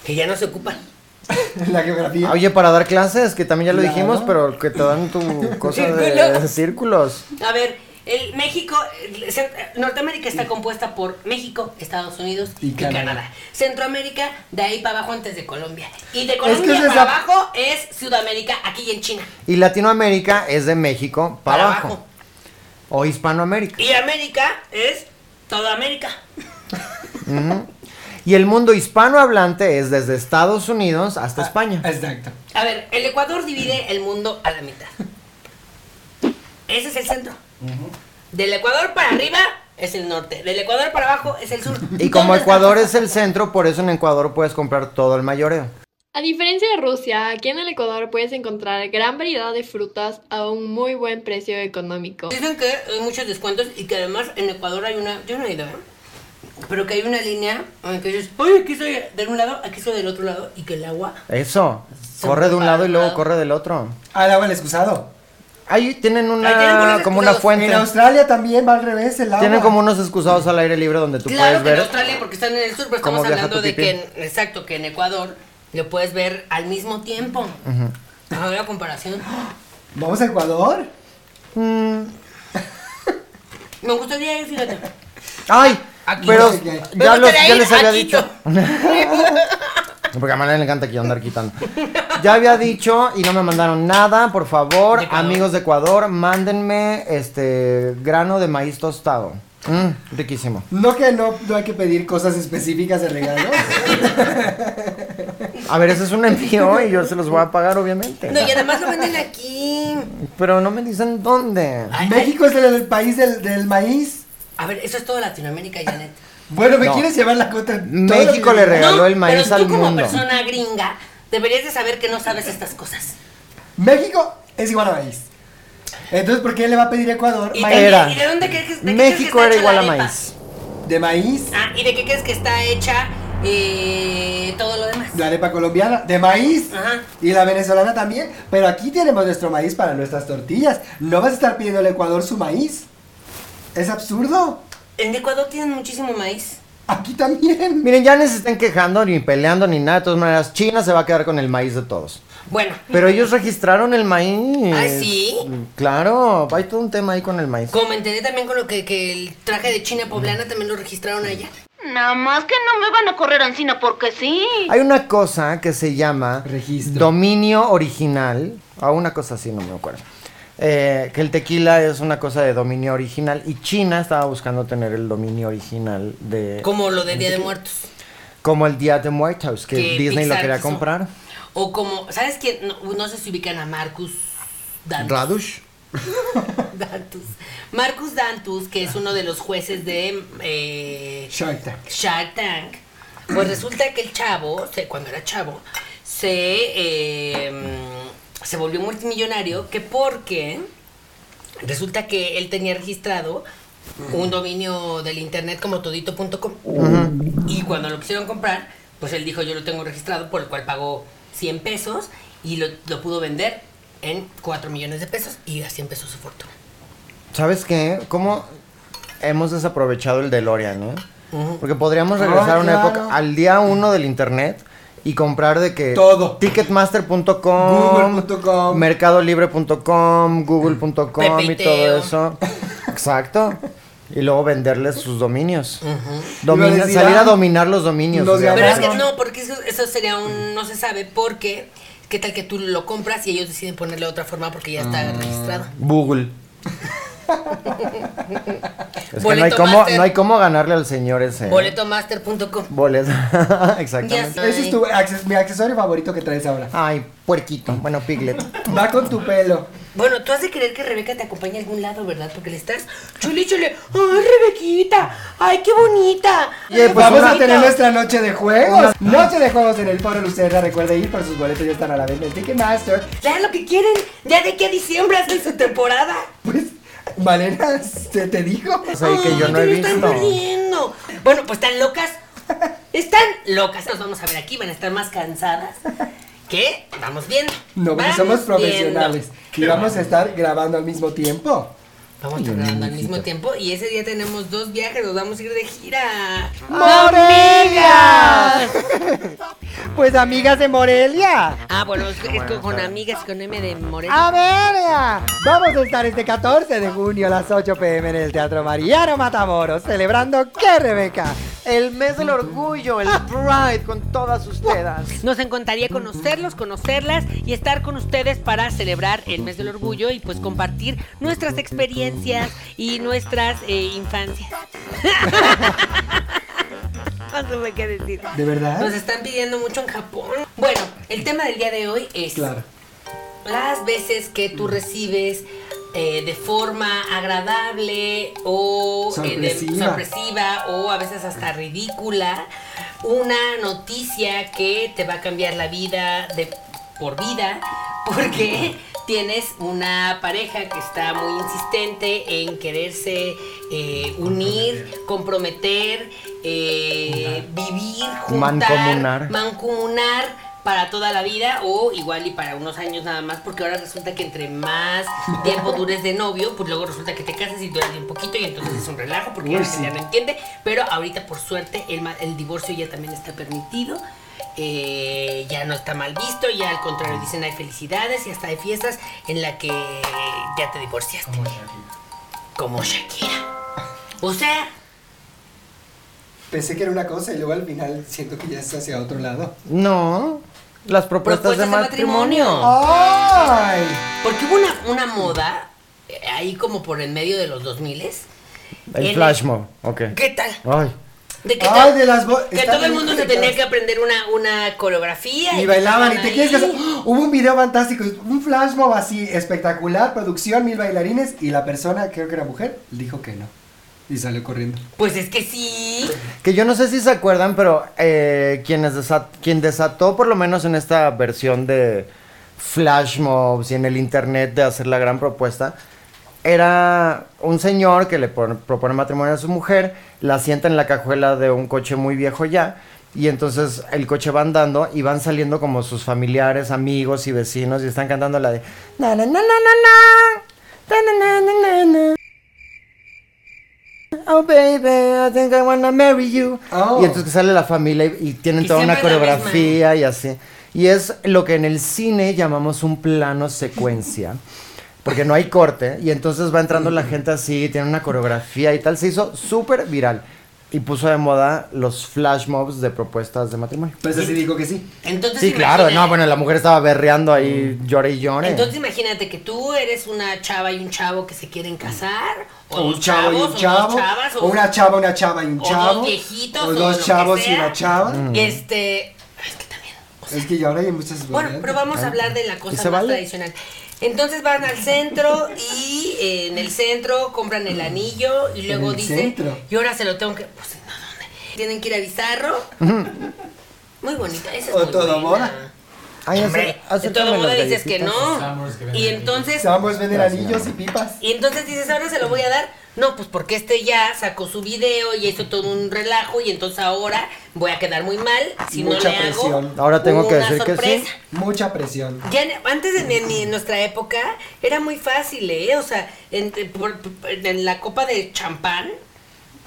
[SPEAKER 2] Que ya no se ocupan.
[SPEAKER 6] La geografía.
[SPEAKER 4] Oye, para dar clases, que también ya lo
[SPEAKER 6] Claro.
[SPEAKER 4] dijimos, pero que te dan tu cosa de
[SPEAKER 2] Círculos.
[SPEAKER 4] círculos.
[SPEAKER 2] A ver, el México, el cent- Norteamérica está compuesta por México, Estados Unidos
[SPEAKER 6] Y
[SPEAKER 2] y,
[SPEAKER 6] Canadá.
[SPEAKER 2] Canadá. Centroamérica, de ahí para abajo antes de Colombia. Y de
[SPEAKER 6] que
[SPEAKER 2] Colombia
[SPEAKER 6] es
[SPEAKER 2] para
[SPEAKER 6] esa-
[SPEAKER 2] abajo es Sudamérica, aquí y en China.
[SPEAKER 4] Y Latinoamérica es de México para,
[SPEAKER 2] Para
[SPEAKER 4] abajo.
[SPEAKER 2] abajo.
[SPEAKER 4] O Hispanoamérica.
[SPEAKER 2] Y América es toda América.
[SPEAKER 4] Y el mundo hispanohablante es desde Estados Unidos
[SPEAKER 2] Ah,
[SPEAKER 4] hasta España.
[SPEAKER 2] eh,
[SPEAKER 6] Exacto.
[SPEAKER 2] A ver, el Ecuador divide el mundo a la mitad. Ese es el centro. Del Ecuador para arriba es el norte. Del Ecuador para abajo es el sur.
[SPEAKER 4] Y como
[SPEAKER 2] ¿Dónde
[SPEAKER 4] Ecuador
[SPEAKER 2] estamos?
[SPEAKER 4] es el centro, por eso en Ecuador puedes comprar todo el mayoreo.
[SPEAKER 8] A diferencia de Rusia, aquí en el Ecuador puedes encontrar gran variedad de frutas a un muy buen precio económico.
[SPEAKER 2] Dicen que hay muchos descuentos y que además en Ecuador hay una. Yo no he ido, ¿eh? Pero que hay una línea en que dices, oye, aquí soy de un lado, aquí soy del otro lado, y que el agua.
[SPEAKER 4] Eso.
[SPEAKER 2] Son
[SPEAKER 4] Corre de un lado y luego
[SPEAKER 2] preparados.
[SPEAKER 4] corre del otro.
[SPEAKER 6] Al agua Ah, el excusado.
[SPEAKER 4] Ahí tienen una
[SPEAKER 2] Ahí tienen unos
[SPEAKER 4] como una
[SPEAKER 2] escudos.
[SPEAKER 4] fuente.
[SPEAKER 6] En Australia también va al revés el agua.
[SPEAKER 4] Tienen como unos excusados al aire libre donde tú
[SPEAKER 2] claro
[SPEAKER 4] puedes
[SPEAKER 2] que
[SPEAKER 4] ver.
[SPEAKER 2] en Australia, porque están en el sur, pero
[SPEAKER 4] cómo
[SPEAKER 2] estamos
[SPEAKER 4] viaja
[SPEAKER 2] hablando
[SPEAKER 4] tu
[SPEAKER 2] de
[SPEAKER 4] pipí.
[SPEAKER 2] que, en- exacto, que en Ecuador lo puedes ver al mismo tiempo. A ver la comparación.
[SPEAKER 6] Vamos a Ecuador.
[SPEAKER 2] Me gustaría ir, fíjate.
[SPEAKER 4] Ay,
[SPEAKER 6] Aquí
[SPEAKER 4] pero
[SPEAKER 6] no sé qué hay.
[SPEAKER 4] ya,
[SPEAKER 2] Me
[SPEAKER 4] los-
[SPEAKER 2] gustaría
[SPEAKER 4] ya
[SPEAKER 2] ir
[SPEAKER 4] les había
[SPEAKER 2] a Quito.
[SPEAKER 4] dicho. Porque a Manuel le encanta aquí andar quitando. Ya había dicho y no me mandaron nada, por favor,
[SPEAKER 2] De Ecuador.
[SPEAKER 4] amigos de Ecuador, mándenme este grano de maíz tostado. Mm, riquísimo.
[SPEAKER 6] No que no, no hay que pedir cosas específicas de regalo.
[SPEAKER 4] A ver, ese es un envío y yo se los voy a pagar, obviamente.
[SPEAKER 2] No, y además lo venden aquí.
[SPEAKER 4] Pero no me dicen dónde.
[SPEAKER 2] Ay, ay.
[SPEAKER 6] México es el, el país del, del maíz.
[SPEAKER 2] A ver, eso es todo Latinoamérica, Janet.
[SPEAKER 6] Bueno, ¿me
[SPEAKER 4] No.
[SPEAKER 6] quieres llevar la contra? Todo lo
[SPEAKER 4] México
[SPEAKER 6] que-
[SPEAKER 4] le regaló el maíz
[SPEAKER 2] pero
[SPEAKER 4] al
[SPEAKER 2] tú como
[SPEAKER 4] mundo.
[SPEAKER 2] persona gringa deberías de saber que no sabes estas cosas.
[SPEAKER 6] México es igual a maíz. Entonces, ¿por qué le va a pedir Ecuador
[SPEAKER 2] Y,
[SPEAKER 6] maíz?
[SPEAKER 2] también-
[SPEAKER 4] Era.
[SPEAKER 2] ¿y de dónde crees que, de qué crees que
[SPEAKER 4] México
[SPEAKER 2] está
[SPEAKER 4] era
[SPEAKER 2] hecha la
[SPEAKER 4] igual a
[SPEAKER 2] arepa?
[SPEAKER 4] maíz.
[SPEAKER 6] de maíz?
[SPEAKER 2] Ah, ¿y de qué crees que está hecha eh, todo lo demás?
[SPEAKER 6] La arepa colombiana de maíz
[SPEAKER 2] Ajá.
[SPEAKER 6] y la venezolana también, pero aquí tenemos nuestro maíz para nuestras tortillas. No vas a estar pidiendo al Ecuador su maíz. Es absurdo.
[SPEAKER 2] En Ecuador tienen muchísimo maíz.
[SPEAKER 6] Aquí también.
[SPEAKER 4] Miren, ya ni se estén quejando, ni peleando, ni nada. De todas maneras, China se va a quedar con el maíz de todos.
[SPEAKER 2] Bueno,
[SPEAKER 4] Pero ellos registraron el maíz.
[SPEAKER 2] ¿Ah, sí?
[SPEAKER 4] Claro, hay todo un tema ahí con el maíz.
[SPEAKER 2] como me enteré también con lo que, que el traje de China poblana también lo registraron allá.
[SPEAKER 9] Nada más que no me van a correr encina porque sí.
[SPEAKER 4] Hay una cosa que se llama
[SPEAKER 6] Registro.
[SPEAKER 4] dominio original, o una cosa así, no me acuerdo. Eh, que el tequila es una cosa de dominio original y China estaba buscando tener el dominio original de
[SPEAKER 2] Como lo de Día de Muertos.
[SPEAKER 4] como el Día de Muertos que
[SPEAKER 2] Que
[SPEAKER 4] Disney lo
[SPEAKER 2] Pixar
[SPEAKER 4] quería
[SPEAKER 2] quiso.
[SPEAKER 4] comprar.
[SPEAKER 2] O como, ¿sabes quién? No, no sé si ubican a Marcus Dantus.
[SPEAKER 4] Radush.
[SPEAKER 2] Dantus. Marcus Dantus, que es uno de los jueces de eh,
[SPEAKER 6] Shark Tank.
[SPEAKER 2] Shark Tank. Pues resulta que el chavo, se- cuando era chavo, se, eh, mm, se volvió multimillonario que porque resulta que él tenía registrado un dominio del internet como todito.com. Y cuando lo quisieron comprar, pues él dijo yo lo tengo registrado, por el cual pagó 100 pesos y lo, lo pudo vender en 4 millones de pesos y así empezó su fortuna.
[SPEAKER 4] ¿Sabes qué? ¿Cómo hemos desaprovechado el DeLorean, eh? Porque podríamos regresar
[SPEAKER 6] Ah,
[SPEAKER 4] a una
[SPEAKER 6] claro.
[SPEAKER 4] época, al día uno del internet y comprar de que...
[SPEAKER 6] Todo.
[SPEAKER 4] Ticketmaster.com,
[SPEAKER 6] Google.com.
[SPEAKER 4] Mercadolibre.com, Google.com y todo
[SPEAKER 2] Pepiteo.
[SPEAKER 4] eso. Exacto. Y luego venderles sus dominios.
[SPEAKER 6] Iba a
[SPEAKER 4] Domina-
[SPEAKER 6] decir,
[SPEAKER 4] salir
[SPEAKER 6] ah,
[SPEAKER 4] a dominar los dominios.
[SPEAKER 6] los
[SPEAKER 4] o sea,
[SPEAKER 2] Pero es
[SPEAKER 6] Claro.
[SPEAKER 2] que no, porque eso, eso sería un no se sabe porque
[SPEAKER 4] Mm.
[SPEAKER 2] qué tal que tú lo compras y ellos deciden ponerle otra forma porque ya está registrado.
[SPEAKER 4] Google. Es que no hay,
[SPEAKER 2] Boleto
[SPEAKER 4] cómo,
[SPEAKER 2] Master.
[SPEAKER 4] no hay cómo ganarle al señor ese. ¿eh?
[SPEAKER 2] Boletomaster.com.
[SPEAKER 4] Boleto.
[SPEAKER 2] Ya
[SPEAKER 4] Exactamente.
[SPEAKER 2] sé.
[SPEAKER 6] Ese es tu acces- mi accesorio favorito que traes ahora.
[SPEAKER 4] Ay, puerquito. Bueno, piglet.
[SPEAKER 6] Va con tu pelo.
[SPEAKER 2] Bueno, tú has de querer que Rebeca te acompañe a algún lado, ¿verdad? Porque le estás chuli, chuli. ¡Ay, Rebequita! ¡Ay, qué bonita!
[SPEAKER 4] Oye, pues
[SPEAKER 6] Vamos a
[SPEAKER 4] una-
[SPEAKER 6] tener nuestra noche de juegos. Noche de juegos en el Foro Lucerna. Recuerde ir, pero sus boletos ya están a la venta en Ticketmaster.
[SPEAKER 2] Lean lo que quieren. Ya de aquí a diciembre hacen su temporada.
[SPEAKER 6] Pues, Valena, se te dijo.
[SPEAKER 4] O sea, y que yo
[SPEAKER 2] Ay,
[SPEAKER 4] no he
[SPEAKER 2] pero están
[SPEAKER 4] visto.
[SPEAKER 2] perdiendo. Bueno, pues están locas. Están locas. Nos vamos a ver aquí. Van a estar más cansadas. ¿Qué? Vamos viendo.
[SPEAKER 6] No, porque
[SPEAKER 2] Vamos
[SPEAKER 6] somos profesionales.
[SPEAKER 2] viendo.
[SPEAKER 6] Y vamos a estar grabando al mismo tiempo.
[SPEAKER 2] Vamos grabando al mismo tiempo. Y ese día tenemos dos viajes. Nos vamos a ir de gira.
[SPEAKER 6] ¡Morelia! pues amigas de Morelia.
[SPEAKER 2] Ah, bueno, es, es con, con amigas con M de Morelia.
[SPEAKER 6] ¡A ver! Vamos a estar este 14 de junio a las 8 pm en el Teatro Mariano Matamoros, celebrando ¿qué, Rebeca?
[SPEAKER 4] El mes del orgullo, el Pride con todas ustedes.
[SPEAKER 2] Nos encantaría conocerlos, conocerlas y estar con ustedes para celebrar el mes del orgullo y pues compartir nuestras experiencias y nuestras eh, infancias. no supe qué decir.
[SPEAKER 6] ¿De verdad?
[SPEAKER 2] Nos están pidiendo mucho en Japón. Bueno, el tema del día de hoy es
[SPEAKER 6] Claro.
[SPEAKER 2] las veces que tú recibes eh, de forma agradable o eh, de-
[SPEAKER 6] Sorpresiva.
[SPEAKER 2] sorpresiva o a veces hasta ridícula una noticia que te va a cambiar la vida de por vida porque tienes una pareja que está muy insistente en quererse eh, unir, comprometer, eh, vivir, juntar,
[SPEAKER 4] Mancomunar.
[SPEAKER 2] mancomunar para toda la vida o igual y para unos años nada más, porque ahora resulta que entre más tiempo dures de novio, pues luego resulta que te casas y duras bien poquito y entonces es un relajo porque la gente ya no entiende, pero ahorita por suerte el, ma- el divorcio ya también está permitido. eh, ya no está mal visto, ya al contrario dicen hay felicidades y hasta hay fiestas en la que ya te divorciaste. Como Shakira. O sea,
[SPEAKER 6] Pensé que era una cosa y luego al final siento que ya es hacia otro lado.
[SPEAKER 4] No, las propuestas,
[SPEAKER 2] Propuestas
[SPEAKER 4] de
[SPEAKER 2] de
[SPEAKER 4] matrimonio.
[SPEAKER 2] matrimonio.
[SPEAKER 6] ¡Ay!
[SPEAKER 2] Porque hubo una, una moda eh, ahí como por el medio de los 2000
[SPEAKER 4] El flash mob, ok.
[SPEAKER 2] ¿Qué tal?
[SPEAKER 4] Ay,
[SPEAKER 2] ¿De qué
[SPEAKER 6] Ay,
[SPEAKER 2] tal?
[SPEAKER 6] de las bo-
[SPEAKER 2] que
[SPEAKER 6] está
[SPEAKER 2] todo el
[SPEAKER 6] bien
[SPEAKER 2] mundo se
[SPEAKER 6] conectado.
[SPEAKER 2] tenía que aprender una, una coreografía.
[SPEAKER 6] Y bailaban y te
[SPEAKER 2] ahí.
[SPEAKER 6] quieres casar. ¡Oh! Hubo un video fantástico, un flash mob así espectacular, producción, mil bailarines y la persona, creo que era mujer, dijo que no. Y salió corriendo.
[SPEAKER 2] Pues es que sí.
[SPEAKER 4] Que yo no sé si se acuerdan, pero eh, quienes desa- quien desató, por lo menos en esta versión de flash mobs y en el internet de hacer la gran propuesta, era un señor que le por- propone matrimonio a su mujer, la sienta en la cajuela de un coche muy viejo ya, y entonces el coche va andando y van saliendo como sus familiares, amigos y vecinos y están cantando la de... "Na, na, na, na, na, na, ta, na, na, na, na, na". Oh baby, I think I wanna marry you.
[SPEAKER 6] Oh.
[SPEAKER 4] Y entonces sale la familia y, y tienen
[SPEAKER 2] Y
[SPEAKER 4] toda una
[SPEAKER 2] siempre la misma.
[SPEAKER 4] coreografía y así. Y es lo que en el cine llamamos un plano secuencia. Porque no hay corte. Y entonces va entrando la gente así, tiene una coreografía y tal. Se hizo súper viral. Y puso de moda los flash mobs de propuestas de matrimonio.
[SPEAKER 6] Pues así dijo que sí.
[SPEAKER 2] Entonces,
[SPEAKER 4] Sí, claro.
[SPEAKER 2] imagina-
[SPEAKER 4] No, bueno, la mujer estaba berreando ahí, llore y llore.
[SPEAKER 2] Entonces imagínate que tú eres una chava y un chavo que se quieren casar. O, dos
[SPEAKER 6] y
[SPEAKER 2] chavos, O,
[SPEAKER 6] un chavo.
[SPEAKER 2] dos chavas, o
[SPEAKER 6] o una chava, una chava y un
[SPEAKER 2] o
[SPEAKER 6] chavo.
[SPEAKER 2] dos viejitos.
[SPEAKER 6] O
[SPEAKER 2] o
[SPEAKER 6] dos
[SPEAKER 2] lo que
[SPEAKER 6] chavos y
[SPEAKER 2] sea.
[SPEAKER 6] una chava.
[SPEAKER 2] Este. Es que también. o sea,
[SPEAKER 6] Es que ya ahora hay muchas
[SPEAKER 2] Bueno, pero vamos a hablar de la
[SPEAKER 4] Ah, ¿Y
[SPEAKER 2] cosa
[SPEAKER 4] se
[SPEAKER 2] más
[SPEAKER 4] vale?
[SPEAKER 2] tradicional. Entonces van al centro y eh, en el centro compran el anillo y luego
[SPEAKER 6] el
[SPEAKER 2] dicen,
[SPEAKER 6] centro.
[SPEAKER 2] y ahora se lo tengo que, pues, ¿no? ¿dónde? Tienen que ir a Bizarro. Muy bonita, esa es
[SPEAKER 6] O
[SPEAKER 2] muy
[SPEAKER 6] todo
[SPEAKER 2] buena.
[SPEAKER 6] moda.
[SPEAKER 4] Ay, acer-
[SPEAKER 2] Hombre, de
[SPEAKER 4] acércame
[SPEAKER 2] todo moda
[SPEAKER 4] las
[SPEAKER 2] dices que no.
[SPEAKER 3] Summers que venden
[SPEAKER 2] Y entonces,
[SPEAKER 6] Ambos venden anillos y pipas.
[SPEAKER 2] y entonces dices, ahora se lo voy a dar. No, pues porque este ya sacó su video y hizo todo un relajo y entonces ahora voy a quedar muy mal si
[SPEAKER 6] Mucha
[SPEAKER 2] no le
[SPEAKER 6] presión.
[SPEAKER 2] hago
[SPEAKER 4] Ahora tengo que
[SPEAKER 2] una
[SPEAKER 4] decir que sí.
[SPEAKER 2] sorpresa.
[SPEAKER 6] Mucha presión.
[SPEAKER 2] Ya en- antes de en, en nuestra época era muy fácil, ¿eh? O sea, en, por- por- en la copa de champán,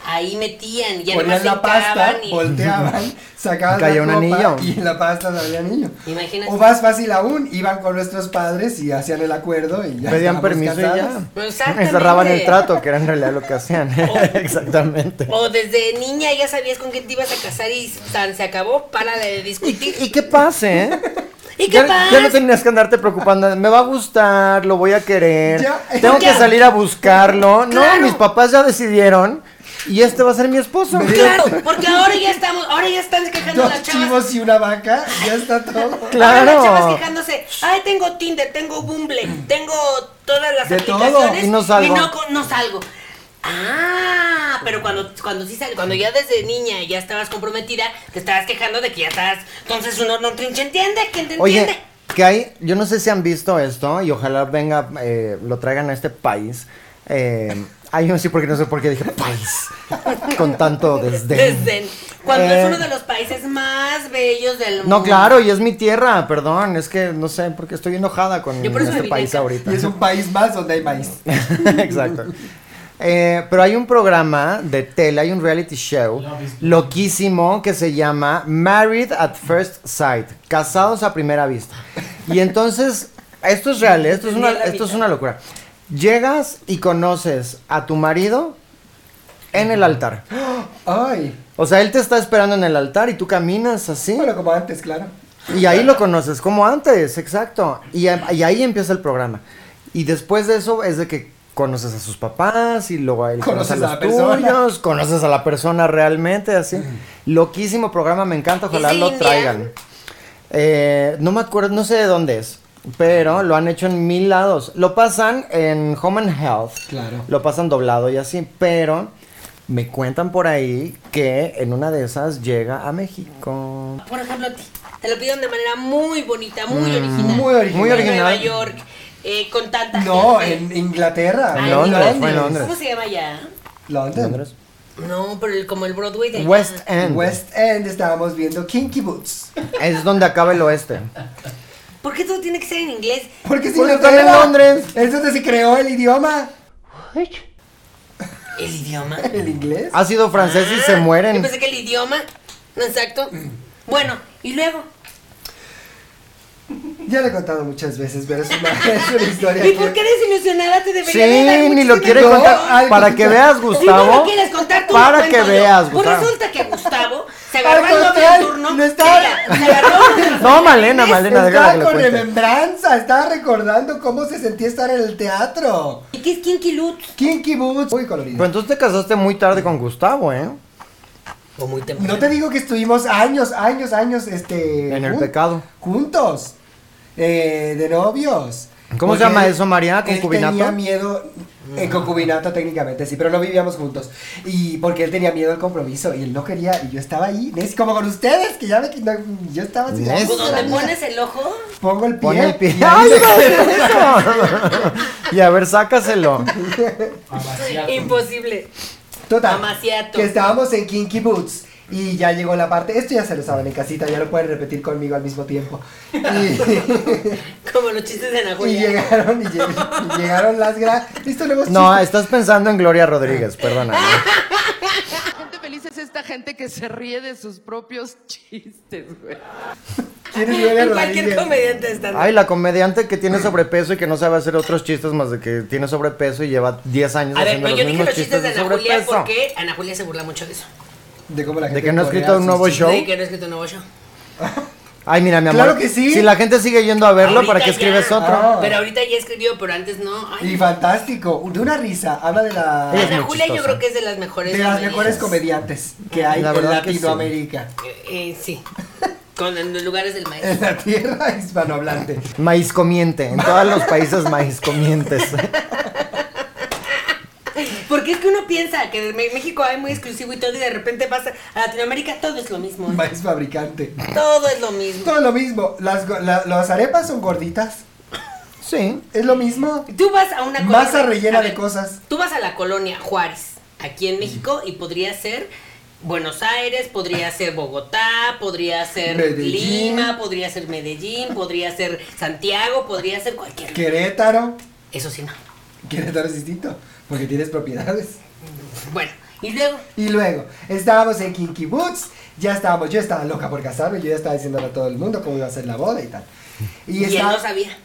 [SPEAKER 2] ahí metían y además
[SPEAKER 6] Ponían la pasta,
[SPEAKER 2] hincaban y-
[SPEAKER 6] volteaban, sacaban
[SPEAKER 4] Y caía
[SPEAKER 6] la
[SPEAKER 4] un
[SPEAKER 6] copa
[SPEAKER 4] anillo.
[SPEAKER 6] y en la pasta salía el anillo.
[SPEAKER 2] Imagínate.
[SPEAKER 6] O más fácil aún, iban con nuestros padres y hacían el acuerdo y ya
[SPEAKER 4] Pedían
[SPEAKER 6] estábamos
[SPEAKER 4] permiso y
[SPEAKER 6] casados.
[SPEAKER 4] ya.
[SPEAKER 2] Pues, Exactamente. Oh.
[SPEAKER 4] Cerraban el trato, que era en realidad lo que hacían. Exactamente.
[SPEAKER 2] O desde niña ya sabías con quién te ibas a casar y tan se acabó, para de
[SPEAKER 4] Y,
[SPEAKER 2] discutir.
[SPEAKER 4] y- y que pase, ¿eh?
[SPEAKER 2] ¿Y qué
[SPEAKER 4] Ya,
[SPEAKER 2] pasa?
[SPEAKER 4] ya no tenías que andarte preocupando. Me va a gustar, lo voy a querer.
[SPEAKER 6] Ya.
[SPEAKER 4] Tengo
[SPEAKER 2] Ya.
[SPEAKER 4] que salir a buscarlo. No, mis papás ya decidieron. Y este va a ser mi esposo.
[SPEAKER 2] Claro, porque ahora ya estamos, ahora ya están quejando las
[SPEAKER 6] Dos
[SPEAKER 2] chavas.
[SPEAKER 6] chivos y una vaca, ya está todo.
[SPEAKER 2] Ahora las
[SPEAKER 4] Claro.
[SPEAKER 2] chavas quejándose, ay, tengo Tinder, tengo Bumble, tengo todas las
[SPEAKER 6] De
[SPEAKER 2] aplicaciones
[SPEAKER 4] todo, y no salgo.
[SPEAKER 2] no, co- no salgo. Ah, pero cuando cuando sí sal- cuando ya desde niña ya estabas comprometida, te estabas quejando de que ya estás. Entonces uno no te entiende, ¿quién te entiende?
[SPEAKER 4] Oye, que hay, yo no sé si han visto esto y ojalá venga, eh, lo traigan a este país. Eh, ay, yo sí, porque no sé por qué dije país. Con tanto desdén.
[SPEAKER 2] Desde cuando
[SPEAKER 4] Eh,
[SPEAKER 2] es uno de los países más bellos del mundo.
[SPEAKER 4] No, claro, y es mi tierra, perdón. Es que no sé, porque estoy enojada con
[SPEAKER 2] Yo por eso
[SPEAKER 4] este
[SPEAKER 2] me
[SPEAKER 4] país
[SPEAKER 2] vine acá.
[SPEAKER 4] ahorita.
[SPEAKER 6] Y es un país más donde hay maíz.
[SPEAKER 4] Exacto. Eh, pero hay un programa de tele, hay un reality show loquísimo que se llama Married at First Sight, casados a primera vista. Y entonces, esto es real, esto es una, esto es una locura. Llegas y conoces a tu marido en el altar.
[SPEAKER 6] Ay,
[SPEAKER 4] O sea, él te está esperando en el altar y tú caminas así.
[SPEAKER 6] bueno, como antes, claro.
[SPEAKER 4] Y ahí lo conoces, como antes, exacto. Y, a- y ahí empieza el programa. Y después de eso es de que conoces a sus papás y luego a él
[SPEAKER 6] Conoces
[SPEAKER 4] conoce
[SPEAKER 6] a
[SPEAKER 4] los
[SPEAKER 6] la persona.
[SPEAKER 4] tuyos, conoces a la persona realmente, así. Loquísimo programa, me encanta, ojalá
[SPEAKER 2] ¿Es de
[SPEAKER 4] lo
[SPEAKER 2] India?
[SPEAKER 4] traigan. Eh, no me acuerdo, no sé de dónde es, pero lo han hecho en mil lados. Lo pasan en Home and Health,
[SPEAKER 6] Claro.
[SPEAKER 4] lo pasan doblado y así, pero me cuentan por ahí que en una de esas llega a México.
[SPEAKER 2] Por ejemplo, a ti, te lo pidieron de manera muy bonita, muy original.
[SPEAKER 6] Muy original.
[SPEAKER 4] Mm, Muy
[SPEAKER 2] En Nueva
[SPEAKER 4] original.
[SPEAKER 2] York, eh, con tanta
[SPEAKER 6] No,
[SPEAKER 2] gente. Ah,
[SPEAKER 6] en Inglaterra.
[SPEAKER 4] En
[SPEAKER 2] Ay,
[SPEAKER 4] Londres, fue en
[SPEAKER 2] ¿Cómo
[SPEAKER 4] Londres.
[SPEAKER 2] se llama ya?
[SPEAKER 6] Londres.
[SPEAKER 4] Londres.
[SPEAKER 2] No, pero el- como el Broadway de allá.
[SPEAKER 4] West End.
[SPEAKER 6] West End estábamos viendo Kinky Boots.
[SPEAKER 4] Es donde acaba el oeste.
[SPEAKER 2] ¿Por qué todo tiene que ser en inglés?
[SPEAKER 6] Porque si
[SPEAKER 4] Porque
[SPEAKER 6] no
[SPEAKER 4] están en Londres.
[SPEAKER 6] Es donde se creó el idioma.
[SPEAKER 2] ¿El idioma?
[SPEAKER 6] El inglés.
[SPEAKER 4] Ha sido francés y se
[SPEAKER 2] Ah, Yo
[SPEAKER 4] mueren.
[SPEAKER 2] pensé que el idioma. No, exacto. Bueno, y luego.
[SPEAKER 6] Ya lo he contado muchas veces, pero es una, es una historia.
[SPEAKER 2] ¿Y
[SPEAKER 6] que-
[SPEAKER 2] por qué desilusionada te debería de dar
[SPEAKER 4] Sí, ni lo
[SPEAKER 2] muchísima-
[SPEAKER 4] quiere
[SPEAKER 6] No,
[SPEAKER 4] contar.
[SPEAKER 6] algo
[SPEAKER 4] Para
[SPEAKER 6] que
[SPEAKER 4] que
[SPEAKER 6] sea-
[SPEAKER 4] veas,
[SPEAKER 2] Si no
[SPEAKER 4] Gustavo.
[SPEAKER 2] lo quieres contar, tú lo
[SPEAKER 4] Para que
[SPEAKER 2] cuento yo.
[SPEAKER 4] veas,
[SPEAKER 2] Pues
[SPEAKER 4] Gustavo.
[SPEAKER 2] resulta que Gustavo se
[SPEAKER 6] Al
[SPEAKER 2] agarró el novio en
[SPEAKER 6] contrario,
[SPEAKER 2] turno.
[SPEAKER 6] no estaba-
[SPEAKER 2] mira, se agarró el novio en
[SPEAKER 4] No, Malena,
[SPEAKER 2] turno,
[SPEAKER 4] Malena, déjala que
[SPEAKER 6] Estaba
[SPEAKER 4] lo
[SPEAKER 6] con
[SPEAKER 4] cuente.
[SPEAKER 6] remembranza, estaba recordando cómo se sentía estar en el teatro.
[SPEAKER 2] ¿Y qué es Kinky Lutz?
[SPEAKER 6] Kinky Boots. Muy colorido.
[SPEAKER 4] Pero entonces te casaste muy tarde con Gustavo, ¿eh?
[SPEAKER 2] O muy temprano.
[SPEAKER 6] No te digo que estuvimos años, años, años, este...
[SPEAKER 4] En el
[SPEAKER 6] jun-
[SPEAKER 4] pecado.
[SPEAKER 6] Juntos. eh, de novios.
[SPEAKER 4] ¿Cómo se
[SPEAKER 6] Porque
[SPEAKER 4] llama
[SPEAKER 6] él-
[SPEAKER 4] eso, María? ¿Concubinato?
[SPEAKER 6] Él tenía miedo... En concubinato técnicamente, sí, pero no vivíamos juntos. Y porque él tenía miedo al compromiso y él no quería y yo estaba ahí, es como con ustedes, que ya me... no, yo estaba así.
[SPEAKER 4] Nes.
[SPEAKER 6] ay,
[SPEAKER 2] Pues, Donde
[SPEAKER 6] la-
[SPEAKER 2] pones el ojo,
[SPEAKER 6] Pongo el pie.
[SPEAKER 4] Pon el pie.
[SPEAKER 6] y ahí
[SPEAKER 4] ¡Ay,
[SPEAKER 6] me-
[SPEAKER 4] no, eso! Y a ver, sácaselo.
[SPEAKER 2] imposible.
[SPEAKER 6] Total.
[SPEAKER 2] Amaciato.
[SPEAKER 6] Que estábamos en Kinky Boots. Y ya llegó la parte. Esto ya se lo saben en casita, ya lo pueden repetir conmigo al mismo tiempo. Y,
[SPEAKER 2] Como los chistes de
[SPEAKER 6] y
[SPEAKER 2] Nagoya.
[SPEAKER 6] llegaron, y, lleg- y llegaron las gra. Listo, luego
[SPEAKER 4] No, estás pensando en Gloria Rodríguez, perdona.
[SPEAKER 10] gente feliz es esta gente que se ríe de sus propios chistes, güey.
[SPEAKER 6] ¿Quién es Gloria
[SPEAKER 2] En cualquier
[SPEAKER 6] Rodríguez?
[SPEAKER 2] comediante está.
[SPEAKER 4] Ay, la comediante que tiene sobrepeso y que no sabe hacer otros chistes más de que tiene sobrepeso y lleva 10 años
[SPEAKER 2] A ver,
[SPEAKER 4] haciendo
[SPEAKER 2] pero
[SPEAKER 4] los
[SPEAKER 2] yo dije
[SPEAKER 4] mismos
[SPEAKER 2] los chistes
[SPEAKER 4] chistes
[SPEAKER 2] de
[SPEAKER 4] de
[SPEAKER 2] Ana Julia
[SPEAKER 4] sobrepeso.
[SPEAKER 2] porque Ana Julia se burla mucho de eso.
[SPEAKER 6] De cómo la
[SPEAKER 4] De
[SPEAKER 6] gente
[SPEAKER 4] que no ha
[SPEAKER 6] corea
[SPEAKER 4] escrito un
[SPEAKER 6] sus
[SPEAKER 4] nuevo
[SPEAKER 6] chistes.
[SPEAKER 4] show.
[SPEAKER 2] De que no escrito un nuevo show.
[SPEAKER 4] Ay, mira, mi amor.
[SPEAKER 6] Claro que sí.
[SPEAKER 4] Si la gente sigue yendo a verlo,
[SPEAKER 2] Ahorita
[SPEAKER 4] ¿para
[SPEAKER 2] ya.
[SPEAKER 4] qué escribes otro?
[SPEAKER 6] Ah.
[SPEAKER 2] Pero ahorita ya escribió, pero antes no. Ay,
[SPEAKER 6] Y fantástico. De una risa. Habla de la.
[SPEAKER 4] Ella es
[SPEAKER 2] Ana
[SPEAKER 4] muy
[SPEAKER 2] Julia yo
[SPEAKER 4] chistosa.
[SPEAKER 2] creo que es de las mejores.
[SPEAKER 6] De las
[SPEAKER 2] comediantes.
[SPEAKER 6] mejores comediantes que hay
[SPEAKER 4] Eh, La
[SPEAKER 6] en
[SPEAKER 4] verdad que sí.
[SPEAKER 6] Latinoamérica.
[SPEAKER 2] Eh, eh, sí. Con en los lugares del maestro.
[SPEAKER 6] En la tierra hispanohablante.
[SPEAKER 4] Maíz comiente. En todos los países maíz comientes.
[SPEAKER 2] Porque es que uno piensa que de Me- México hay muy exclusivo y todo, y de repente pasa a Latinoamérica, todo es lo mismo. ¿eh?
[SPEAKER 6] Maíz fabricante.
[SPEAKER 2] Todo es lo mismo.
[SPEAKER 6] Todo lo mismo. Las, go- la- las arepas son gorditas.
[SPEAKER 4] Sí.
[SPEAKER 6] Es lo mismo.
[SPEAKER 2] Tú vas a una
[SPEAKER 6] Masa
[SPEAKER 2] colonia-
[SPEAKER 6] rellena
[SPEAKER 2] a
[SPEAKER 6] de cosas.
[SPEAKER 2] Tú vas a la colonia Juárez, aquí en México, y podría ser Buenos Aires, podría ser Bogotá, podría ser
[SPEAKER 6] Medellín.
[SPEAKER 2] Lima, podría ser Medellín, podría ser Santiago, podría ser cualquier.
[SPEAKER 6] Querétaro.
[SPEAKER 2] Eso sí, no.
[SPEAKER 6] Querétaro es distinto. Porque tienes propiedades.
[SPEAKER 2] Bueno, y luego.
[SPEAKER 6] Y luego, estábamos en Kinky Boots. Ya estábamos, yo estaba loca por casarme. Yo ya estaba diciéndole a todo el mundo cómo iba a ser la boda y tal.
[SPEAKER 2] Y,
[SPEAKER 6] Y,
[SPEAKER 2] él
[SPEAKER 6] estaba,
[SPEAKER 2] no sabía.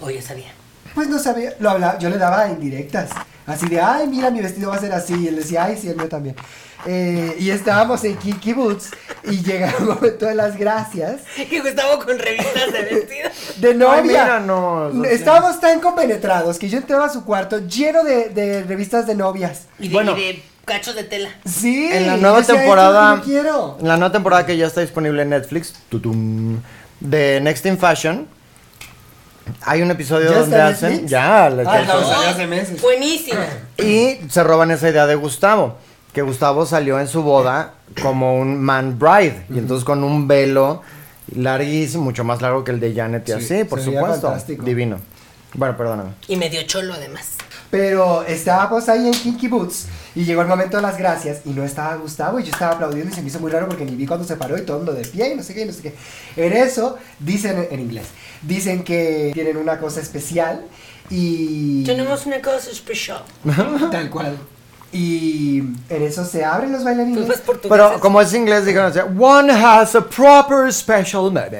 [SPEAKER 2] O yo sabía.
[SPEAKER 6] pues no sabía, lo hablaba, yo le daba indirectas. Así de, ay, mira, mi vestido va a ser así. Y él decía, ay, sí, el mío también. Eh, y estábamos en Kinky Boots y llega el momento de las gracias
[SPEAKER 2] Que Gustavo con revistas de vestido.
[SPEAKER 6] de
[SPEAKER 4] Ay,
[SPEAKER 6] novia.
[SPEAKER 4] míranos, o sea.
[SPEAKER 6] Estábamos tan compenetrados que yo entraba a su cuarto lleno de, de revistas de novias.
[SPEAKER 2] Y de,
[SPEAKER 4] Bueno.
[SPEAKER 2] y de cachos de tela.
[SPEAKER 6] Sí.
[SPEAKER 4] En la
[SPEAKER 6] yo
[SPEAKER 4] nueva
[SPEAKER 6] decía, "Esto es lo
[SPEAKER 4] temporada.
[SPEAKER 6] que yo quiero.
[SPEAKER 4] En la nueva temporada que ya está disponible en Netflix, tutum, de Next in Fashion. Hay un
[SPEAKER 6] ¿Ya
[SPEAKER 4] episodio
[SPEAKER 6] está
[SPEAKER 4] donde
[SPEAKER 6] en
[SPEAKER 4] hacen.
[SPEAKER 6] Netflix?
[SPEAKER 4] Ya, la-
[SPEAKER 6] Ah,
[SPEAKER 4] ya
[SPEAKER 6] no,
[SPEAKER 4] está.
[SPEAKER 6] salió hace meses. Ah.
[SPEAKER 2] Buenísima.
[SPEAKER 4] Y se roban esa idea de Gustavo. Que Gustavo salió en su boda como un man bride. Y entonces con un velo larguísimo, mucho más largo que el de Janet y
[SPEAKER 6] Sí,
[SPEAKER 4] así, por
[SPEAKER 6] se veía
[SPEAKER 4] supuesto.
[SPEAKER 6] fantástico.
[SPEAKER 4] Divino. Bueno, perdóname.
[SPEAKER 2] Y medio cholo además.
[SPEAKER 6] Pero estábamos ahí en Kinky Boots y llegó el momento de las gracias y no estaba Gustavo y yo estaba aplaudiendo y se me hizo muy raro porque ni vi cuando se paró y todo lo de pie y no sé qué y no sé qué. En eso dicen en inglés, dicen que tienen una cosa especial y...
[SPEAKER 2] Tenemos una cosa especial.
[SPEAKER 6] Tal cual. Y en eso se abren los
[SPEAKER 2] Tú
[SPEAKER 6] bailarines.
[SPEAKER 2] ves portugués.
[SPEAKER 4] Pero como es inglés, dijeron así, One has a proper special moment.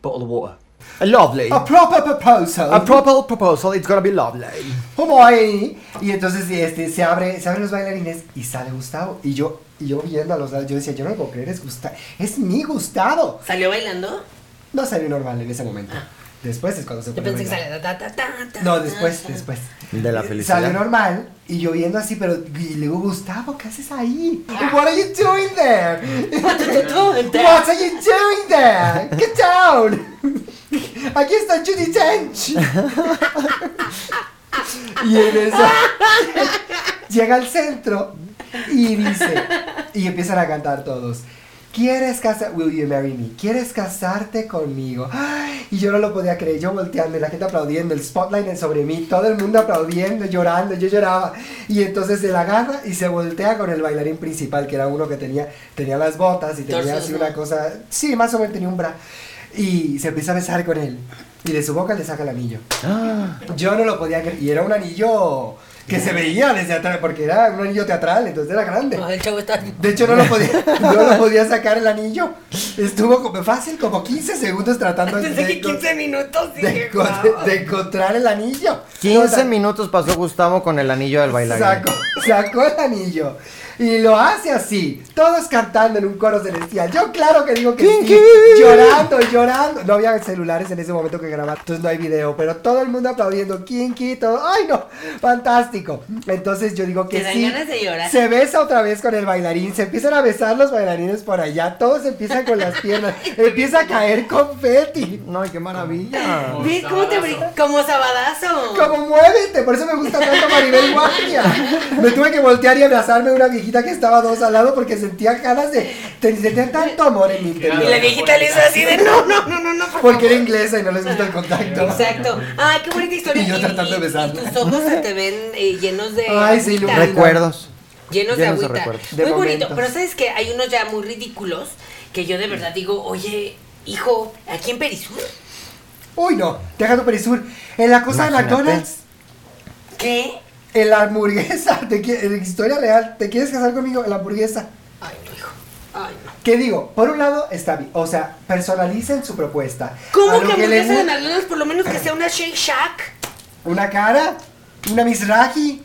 [SPEAKER 4] Bottle of water. A lovely.
[SPEAKER 6] A proper proposal.
[SPEAKER 4] A proper proposal, it's gonna be lovely.
[SPEAKER 6] ¿Cómo hay? Y entonces este, se, abre, se abren los bailarines y sale Gustavo. Y yo, y yo viendo a los yo decía, yo no lo puedo creer, es Gustavo. Es mi Gustavo.
[SPEAKER 2] ¿Salió bailando?
[SPEAKER 6] No salió normal en ese momento. Después es cuando se
[SPEAKER 2] Yo
[SPEAKER 6] pone
[SPEAKER 2] pensé que
[SPEAKER 6] bailar.
[SPEAKER 2] salía. ta, ta, ta, ta,
[SPEAKER 6] No,
[SPEAKER 2] ta,
[SPEAKER 6] después,
[SPEAKER 2] ta.
[SPEAKER 6] después.
[SPEAKER 4] De la
[SPEAKER 6] Eh,
[SPEAKER 4] felicidad.
[SPEAKER 6] Salió normal y yo viendo así, pero y le digo, Gustavo, ¿qué haces ahí?
[SPEAKER 2] Ah.
[SPEAKER 6] What are you doing there?
[SPEAKER 2] What are you doing there?
[SPEAKER 6] What are you doing there? Get down. Aquí está Judy Dench. y en eso llega al centro y dice, y empiezan a cantar todos. ¿Quieres casar? Will you marry me? ¿Quieres casarte conmigo? Ay, Y yo no lo podía creer, yo volteando, y la gente aplaudiendo, el spotlight en- sobre mí, todo el mundo aplaudiendo, llorando, yo lloraba. Y entonces se la agarra y se voltea con el bailarín principal, que era uno que tenía, tenía las botas y tenía
[SPEAKER 2] Torsos,
[SPEAKER 6] así
[SPEAKER 2] ¿no?
[SPEAKER 6] una cosa, sí, más o menos tenía un bra. Y se empieza a besar con él. Y de su boca le saca el anillo. Yo no lo podía creer. Y era un anillo que se veía desde atrás, porque era un anillo teatral, entonces era grande.
[SPEAKER 2] No, el chavo está.
[SPEAKER 6] De hecho, no lo podía, no lo podía sacar el anillo. Estuvo como fácil, como 15 segundos tratando de,
[SPEAKER 2] Pensé que
[SPEAKER 6] encon-
[SPEAKER 2] 15 minutos. y
[SPEAKER 6] de
[SPEAKER 2] dije,
[SPEAKER 6] encon-
[SPEAKER 2] "Guau".
[SPEAKER 6] de encontrar el anillo. minutos
[SPEAKER 4] 15 minutos pasó Gustavo con el anillo del bailarín.
[SPEAKER 6] Sacó, sacó el anillo. Y lo hace así, todos cantando en un coro celestial. Yo claro que digo que sí, llorando, llorando. No había celulares en ese momento que grabar, entonces no hay video, pero todo el mundo aplaudiendo, Kinky, todo. Ay, no, fantástico. Entonces yo digo que
[SPEAKER 2] Te dan
[SPEAKER 6] sí.
[SPEAKER 2] ganas de llorar.
[SPEAKER 6] Se besa otra vez con el bailarín, se empiezan a besar los bailarines por allá, todos empiezan con las piernas, empieza a caer confeti.
[SPEAKER 4] No, qué maravilla.
[SPEAKER 2] ¿Ves cómo te brin- Como sabadazo.
[SPEAKER 6] Como muévete, por eso me gusta tanto Maribel Guardia. Me tuve que voltear y abrazarme a una viejita que estaba dos al lado porque sentía ganas de. te- Sentía tanto amor en mi
[SPEAKER 2] Y la
[SPEAKER 6] interior.
[SPEAKER 2] viejita le hizo así de no, no, no, no, no. por
[SPEAKER 6] Porque era
[SPEAKER 2] favor".
[SPEAKER 6] inglesa y no les gusta el contacto.
[SPEAKER 2] Exacto. Ay, qué bonita historia.
[SPEAKER 6] Y yo tratando de
[SPEAKER 2] y-
[SPEAKER 6] besarlo.
[SPEAKER 2] y tus ojos se te ven eh, llenos de.
[SPEAKER 6] Ay, sí,
[SPEAKER 2] agüita.
[SPEAKER 6] Lupita.
[SPEAKER 4] Recuerdos.
[SPEAKER 2] Llenos de
[SPEAKER 4] Llenos de
[SPEAKER 2] agüita.
[SPEAKER 4] recuerdos.
[SPEAKER 6] De
[SPEAKER 2] muy bonito.
[SPEAKER 6] momentos.
[SPEAKER 2] Pero sabes que hay unos ya muy ridículos que yo de verdad digo, oye, hijo, aquí en Perisur.
[SPEAKER 6] Uy, no. Deja tu perisur. En la cosa
[SPEAKER 4] Imagínate.
[SPEAKER 6] de McDonald's,
[SPEAKER 2] ¿Qué?
[SPEAKER 6] en la hamburguesa. Te, qui- en la historia real, ¿te quieres casar conmigo? En la hamburguesa.
[SPEAKER 2] Ay, no, hijo. Ay, no.
[SPEAKER 6] ¿Qué digo? Por un lado, está bien. O sea, personalicen su propuesta. A
[SPEAKER 2] ¿Cómo
[SPEAKER 6] lo
[SPEAKER 2] que
[SPEAKER 6] le
[SPEAKER 2] hamburguesa
[SPEAKER 6] gu-
[SPEAKER 2] de McDonald's por lo menos que sea una Shake Shack?
[SPEAKER 6] ¿Una cara? ¿Una misraji?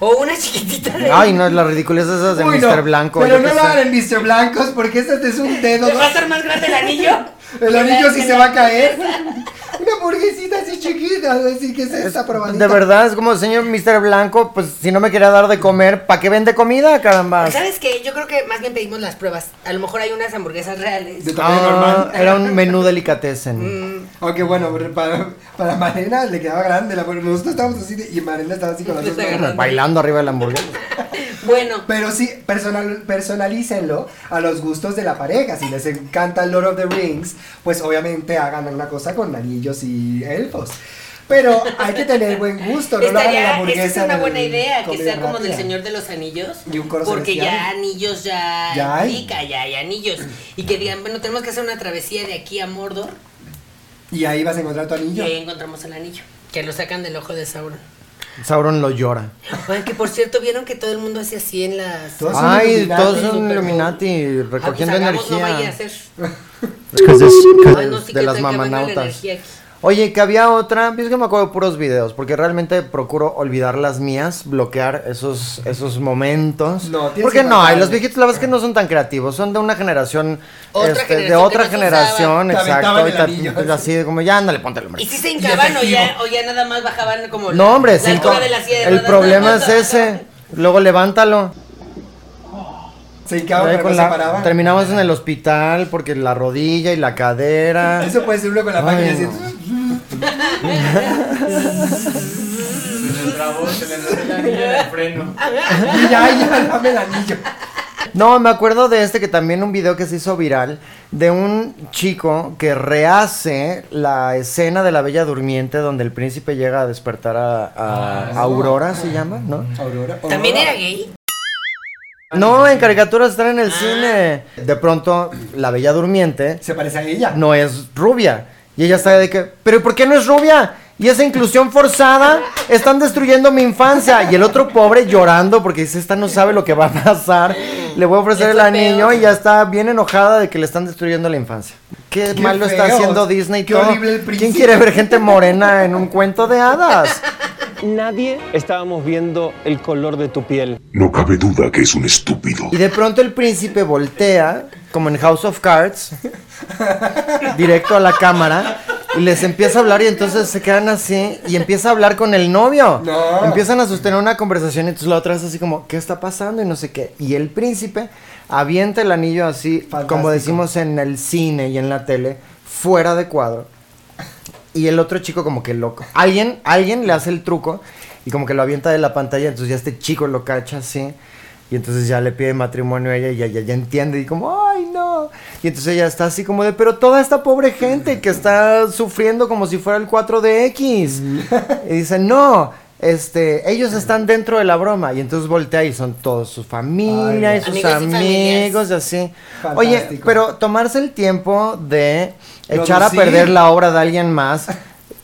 [SPEAKER 2] O una chiquitita de.
[SPEAKER 4] Ay, no, las ridiculez esas de
[SPEAKER 6] Uy,
[SPEAKER 4] Mr.
[SPEAKER 6] no,
[SPEAKER 4] Blanco.
[SPEAKER 6] Pero
[SPEAKER 4] yo
[SPEAKER 6] no
[SPEAKER 4] qué
[SPEAKER 6] lo
[SPEAKER 4] sé.
[SPEAKER 6] hagan en Mr. Blancos porque este es un dedo.
[SPEAKER 2] ¿Te va a hacer más grande el anillo?
[SPEAKER 6] El anillo sí se va a caer. Una hamburguesita así chiquita, así que es esa probadita.
[SPEAKER 4] De verdad, es como señor Mr. Blanco, pues si no me quería dar de comer, ¿para qué vende comida,
[SPEAKER 6] Ah.
[SPEAKER 4] caramba?
[SPEAKER 2] ¿Sabes qué? Yo creo que más bien pedimos las pruebas. A lo mejor hay unas hamburguesas reales.
[SPEAKER 6] De tamaño
[SPEAKER 4] Ah,
[SPEAKER 6] normal.
[SPEAKER 4] era un menú delicatessen.
[SPEAKER 6] Aunque bueno, para, para Marena le quedaba grande. La, nosotros estábamos así de- y Marena estaba así con las dos manos.
[SPEAKER 4] Bailando arriba de la hamburguesa.
[SPEAKER 2] Bueno,
[SPEAKER 6] Pero sí, personal, personalícenlo a los gustos de la pareja. Si les encanta Lord of the Rings, pues obviamente hagan una cosa con anillos y elfos. Pero hay que tener buen gusto, no lo hagan en la
[SPEAKER 2] estaría, esa
[SPEAKER 6] hamburguesa.
[SPEAKER 2] es una
[SPEAKER 6] del
[SPEAKER 2] buena idea, que
[SPEAKER 6] comida
[SPEAKER 2] sea como del
[SPEAKER 6] rápida.
[SPEAKER 2] Señor de los Anillos.
[SPEAKER 6] Y un coro
[SPEAKER 2] porque ya
[SPEAKER 6] celestial.
[SPEAKER 2] anillos ya,
[SPEAKER 6] Ya hay.
[SPEAKER 2] implica, ya hay anillos. Y que digan, bueno, tenemos que hacer una travesía de aquí a Mordor.
[SPEAKER 6] Y ahí vas a encontrar tu
[SPEAKER 2] Y
[SPEAKER 6] anillo.
[SPEAKER 2] ahí encontramos el anillo. Que lo sacan del ojo de Sauron.
[SPEAKER 4] Sauron lo llora.
[SPEAKER 2] Oigan, que por cierto, vieron que todo el mundo hace así en las.
[SPEAKER 6] Todos son
[SPEAKER 4] Ay,
[SPEAKER 6] Illuminati.
[SPEAKER 4] todos son
[SPEAKER 2] Super-
[SPEAKER 4] Illuminati,
[SPEAKER 2] Ah, pues
[SPEAKER 4] recogiendo
[SPEAKER 2] hagamos, No vaya a
[SPEAKER 4] energía.
[SPEAKER 2] ser.
[SPEAKER 4] Pues Es que es-
[SPEAKER 2] Ay, no, sí
[SPEAKER 4] de
[SPEAKER 2] que
[SPEAKER 4] las
[SPEAKER 2] te- que venga la
[SPEAKER 4] mamanautas.
[SPEAKER 2] energía aquí.
[SPEAKER 4] Oye, que había otra, es que me acuerdo de puros videos, porque realmente procuro olvidar las mías, bloquear esos, esos momentos.
[SPEAKER 6] No, tienes
[SPEAKER 4] Porque
[SPEAKER 6] que
[SPEAKER 4] no, y
[SPEAKER 6] mandarme.
[SPEAKER 4] los viejitos la verdad es que no son tan creativos, son de una generación,
[SPEAKER 2] Otra
[SPEAKER 4] este, de
[SPEAKER 2] generación que
[SPEAKER 4] otra
[SPEAKER 2] nos
[SPEAKER 4] generación,
[SPEAKER 2] usaba. Te
[SPEAKER 4] exacto,
[SPEAKER 6] aventaban
[SPEAKER 4] y
[SPEAKER 6] el
[SPEAKER 4] ta-
[SPEAKER 6] anillo,
[SPEAKER 4] pues, así como ya ándale, ponte el hombre.
[SPEAKER 2] ¿Y si se hincaban o ya, o ya nada más bajaban como la-
[SPEAKER 4] No, hombre,
[SPEAKER 2] la
[SPEAKER 4] sí,
[SPEAKER 2] altura
[SPEAKER 4] co-
[SPEAKER 2] de la silla de
[SPEAKER 4] el
[SPEAKER 2] ruedas?
[SPEAKER 4] problema es ese. Luego levántalo.
[SPEAKER 6] Se hincaban,
[SPEAKER 4] Ahí
[SPEAKER 6] pero no
[SPEAKER 4] con
[SPEAKER 6] se
[SPEAKER 4] la-
[SPEAKER 6] paraban.
[SPEAKER 4] terminamos en el hospital porque la rodilla y la cadera.
[SPEAKER 6] Eso puede ser uno con la
[SPEAKER 4] Ay,
[SPEAKER 6] máquina así. Y ya, ya, dame el anillo.
[SPEAKER 4] No, me acuerdo de este que también un video que se hizo viral de un chico que rehace la escena de la Bella Durmiente donde el príncipe llega a despertar a, a- a Aurora, se llama, ¿no?
[SPEAKER 6] Aurora. Aurora.
[SPEAKER 2] ¿También era gay?
[SPEAKER 4] No, en caricaturas están en el cine. De pronto, la Bella Durmiente
[SPEAKER 6] Se parece a ella.
[SPEAKER 4] no es rubia. Y ella está de que, ¿pero por qué no es rubia? Y esa inclusión forzada están destruyendo mi infancia. Y el otro pobre llorando porque dice, esta no sabe lo que va a pasar. Le voy a ofrecer el anillo y ya está bien enojada de que le están destruyendo la infancia. Qué,
[SPEAKER 6] Qué
[SPEAKER 4] malo está
[SPEAKER 6] feo.
[SPEAKER 4] haciendo Disney. y
[SPEAKER 6] Qué
[SPEAKER 4] todo.
[SPEAKER 6] horrible el
[SPEAKER 4] ¿Quién
[SPEAKER 6] príncipe.
[SPEAKER 4] quiere ver gente morena en un cuento de hadas?
[SPEAKER 11] Nadie estábamos viendo el color de tu piel.
[SPEAKER 12] No cabe duda que es un estúpido.
[SPEAKER 4] Y de pronto el príncipe voltea, como en House of Cards, directo a la cámara. Y les empieza a hablar y entonces se quedan así y empieza a hablar con el novio.
[SPEAKER 6] No.
[SPEAKER 4] Empiezan a sostener una conversación y entonces la otra es así como, ¿qué está pasando? Y no sé qué. Y el príncipe avienta el anillo así, como decimos en el cine y en la tele, fuera de cuadro. Y el otro chico como que loco. Alguien, alguien le hace el truco y como que lo avienta de la pantalla, entonces ya este chico lo cacha así. Y entonces ya le pide matrimonio a ella y ella ya entiende y como, ay no. Y entonces ella está así como de, pero toda esta pobre gente que está sufriendo como si fuera el 4DX. y dice, no, este, ellos están dentro de la broma. Y entonces voltea y son todos su familia
[SPEAKER 6] Ay,
[SPEAKER 4] y sus
[SPEAKER 2] Amigos y familias.
[SPEAKER 4] amigos y así. Oye,
[SPEAKER 6] Fantástico.
[SPEAKER 4] pero tomarse el tiempo de echar a
[SPEAKER 6] Producir.
[SPEAKER 4] perder la obra de alguien más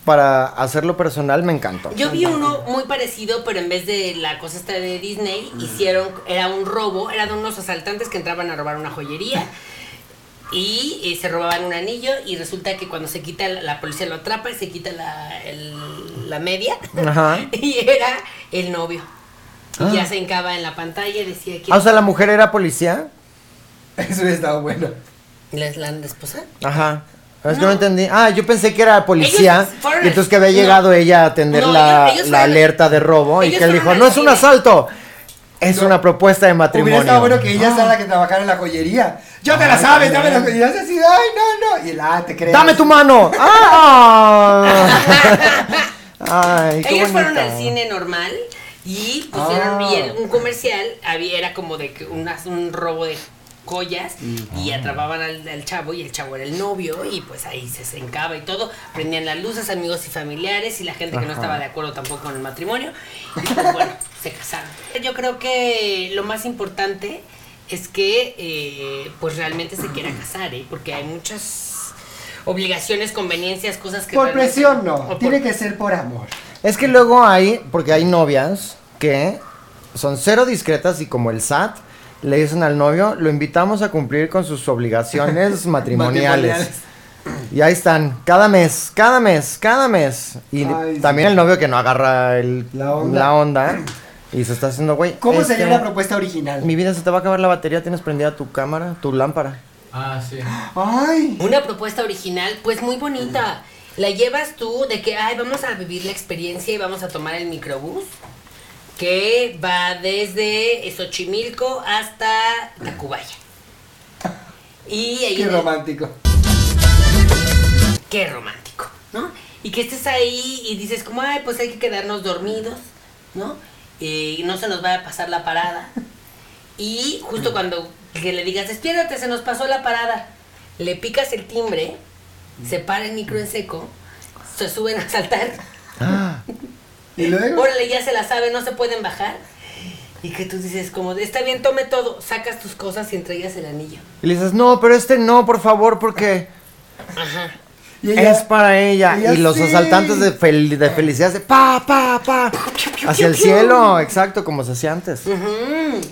[SPEAKER 4] para hacerlo personal me encantó.
[SPEAKER 2] Yo vi uno muy parecido, pero en vez de la cosa esta de Disney, hicieron, era un robo, era de unos asaltantes que entraban a robar una joyería y, eh, se robaban un anillo y resulta que cuando se quita, la, la policía lo atrapa y se quita la, el- la media
[SPEAKER 4] Ajá.
[SPEAKER 2] y era el novio. Y ya se hincaba en la pantalla y decía que...
[SPEAKER 4] Ah, o sea, la mujer era policía.
[SPEAKER 6] Eso hubiera estado bueno.
[SPEAKER 2] ¿La, la esposa?
[SPEAKER 4] Ajá. Es que no entendí. Ah, yo pensé que era policía.
[SPEAKER 2] Ellos fueron
[SPEAKER 4] Y entonces que había
[SPEAKER 2] al-
[SPEAKER 4] llegado
[SPEAKER 2] no.
[SPEAKER 4] ella a atender
[SPEAKER 2] No,
[SPEAKER 4] la,
[SPEAKER 2] ellos- ellos
[SPEAKER 4] la
[SPEAKER 2] fueron-
[SPEAKER 4] alerta de robo y
[SPEAKER 2] ellos
[SPEAKER 4] que él
[SPEAKER 2] fueron
[SPEAKER 4] dijo,
[SPEAKER 2] al
[SPEAKER 4] no es un
[SPEAKER 2] cine".
[SPEAKER 4] asalto, es
[SPEAKER 6] No.
[SPEAKER 4] una propuesta de matrimonio.
[SPEAKER 6] Hubiera estado bueno que ella
[SPEAKER 4] Ah.
[SPEAKER 6] sea la que trabajara en la joyería. Yo te la sabes, dame la joyería. Y hace así, ay, no, no. Y el, ah, te crees.
[SPEAKER 4] ¡Dame tu mano! ¡Ah! Ay, qué
[SPEAKER 2] Ellos fueron
[SPEAKER 4] bonito.
[SPEAKER 2] al cine normal y pusieron
[SPEAKER 6] Ah.
[SPEAKER 2] y el- un comercial, había, era como de que unas- un robo de joyas y atrapaban al, al chavo y el chavo era el novio y pues ahí se sencaba y todo, prendían las luces, amigos y familiares y la gente que no estaba de acuerdo tampoco con el matrimonio y pues bueno, se casaron. Yo creo que lo más importante es que eh, pues realmente se quiera casar, ¿eh? porque hay muchas obligaciones, conveniencias, cosas que...
[SPEAKER 6] Por
[SPEAKER 2] realmente-
[SPEAKER 6] presión
[SPEAKER 2] o
[SPEAKER 6] no,
[SPEAKER 2] por-
[SPEAKER 6] tiene que ser por amor.
[SPEAKER 4] Es que luego hay, porque hay novias que son cero discretas y como el SAT le dicen al novio, lo invitamos a cumplir con sus obligaciones matrimoniales. Y ahí están, cada mes, cada mes, cada mes. Y
[SPEAKER 6] Ay,
[SPEAKER 4] también el novio que no agarra el-
[SPEAKER 6] La onda.
[SPEAKER 4] la onda y se está haciendo, güey.
[SPEAKER 6] ¿Cómo
[SPEAKER 4] es
[SPEAKER 6] sería
[SPEAKER 4] que
[SPEAKER 6] la propuesta original?
[SPEAKER 4] Este- Mi vida se te va a acabar la batería, tienes prendida tu cámara, tu lámpara.
[SPEAKER 11] Ah, sí.
[SPEAKER 6] Ay,
[SPEAKER 2] Una propuesta original, pues muy bonita. La llevas tú de que, ay, vamos a vivir la experiencia y vamos a tomar el microbús que va desde Xochimilco hasta Tacubaya. Y ahí
[SPEAKER 6] qué romántico.
[SPEAKER 2] qué romántico, ¿no? Y que estés ahí y dices como, ay, pues hay que quedarnos dormidos, ¿no? Eh, Y no se nos va a pasar la parada. Y justo cuando que le digas, despiértate, se nos pasó la parada, le picas el timbre, se para el micro en seco, se suben a saltar,
[SPEAKER 6] Y luego.
[SPEAKER 2] órale, ya se la sabe, no se pueden bajar. Y que tú dices como, de, está bien, tome todo, sacas tus cosas y entre ellas el anillo.
[SPEAKER 4] Y le dices, no, pero este no, por favor, porque...
[SPEAKER 6] Y ella-
[SPEAKER 4] es para ella.
[SPEAKER 6] ella
[SPEAKER 4] Y los
[SPEAKER 6] sí.
[SPEAKER 4] asaltantes de, fel- de felicidad se pa, pa, pa. Hacia el cielo, exacto, como se hacía antes.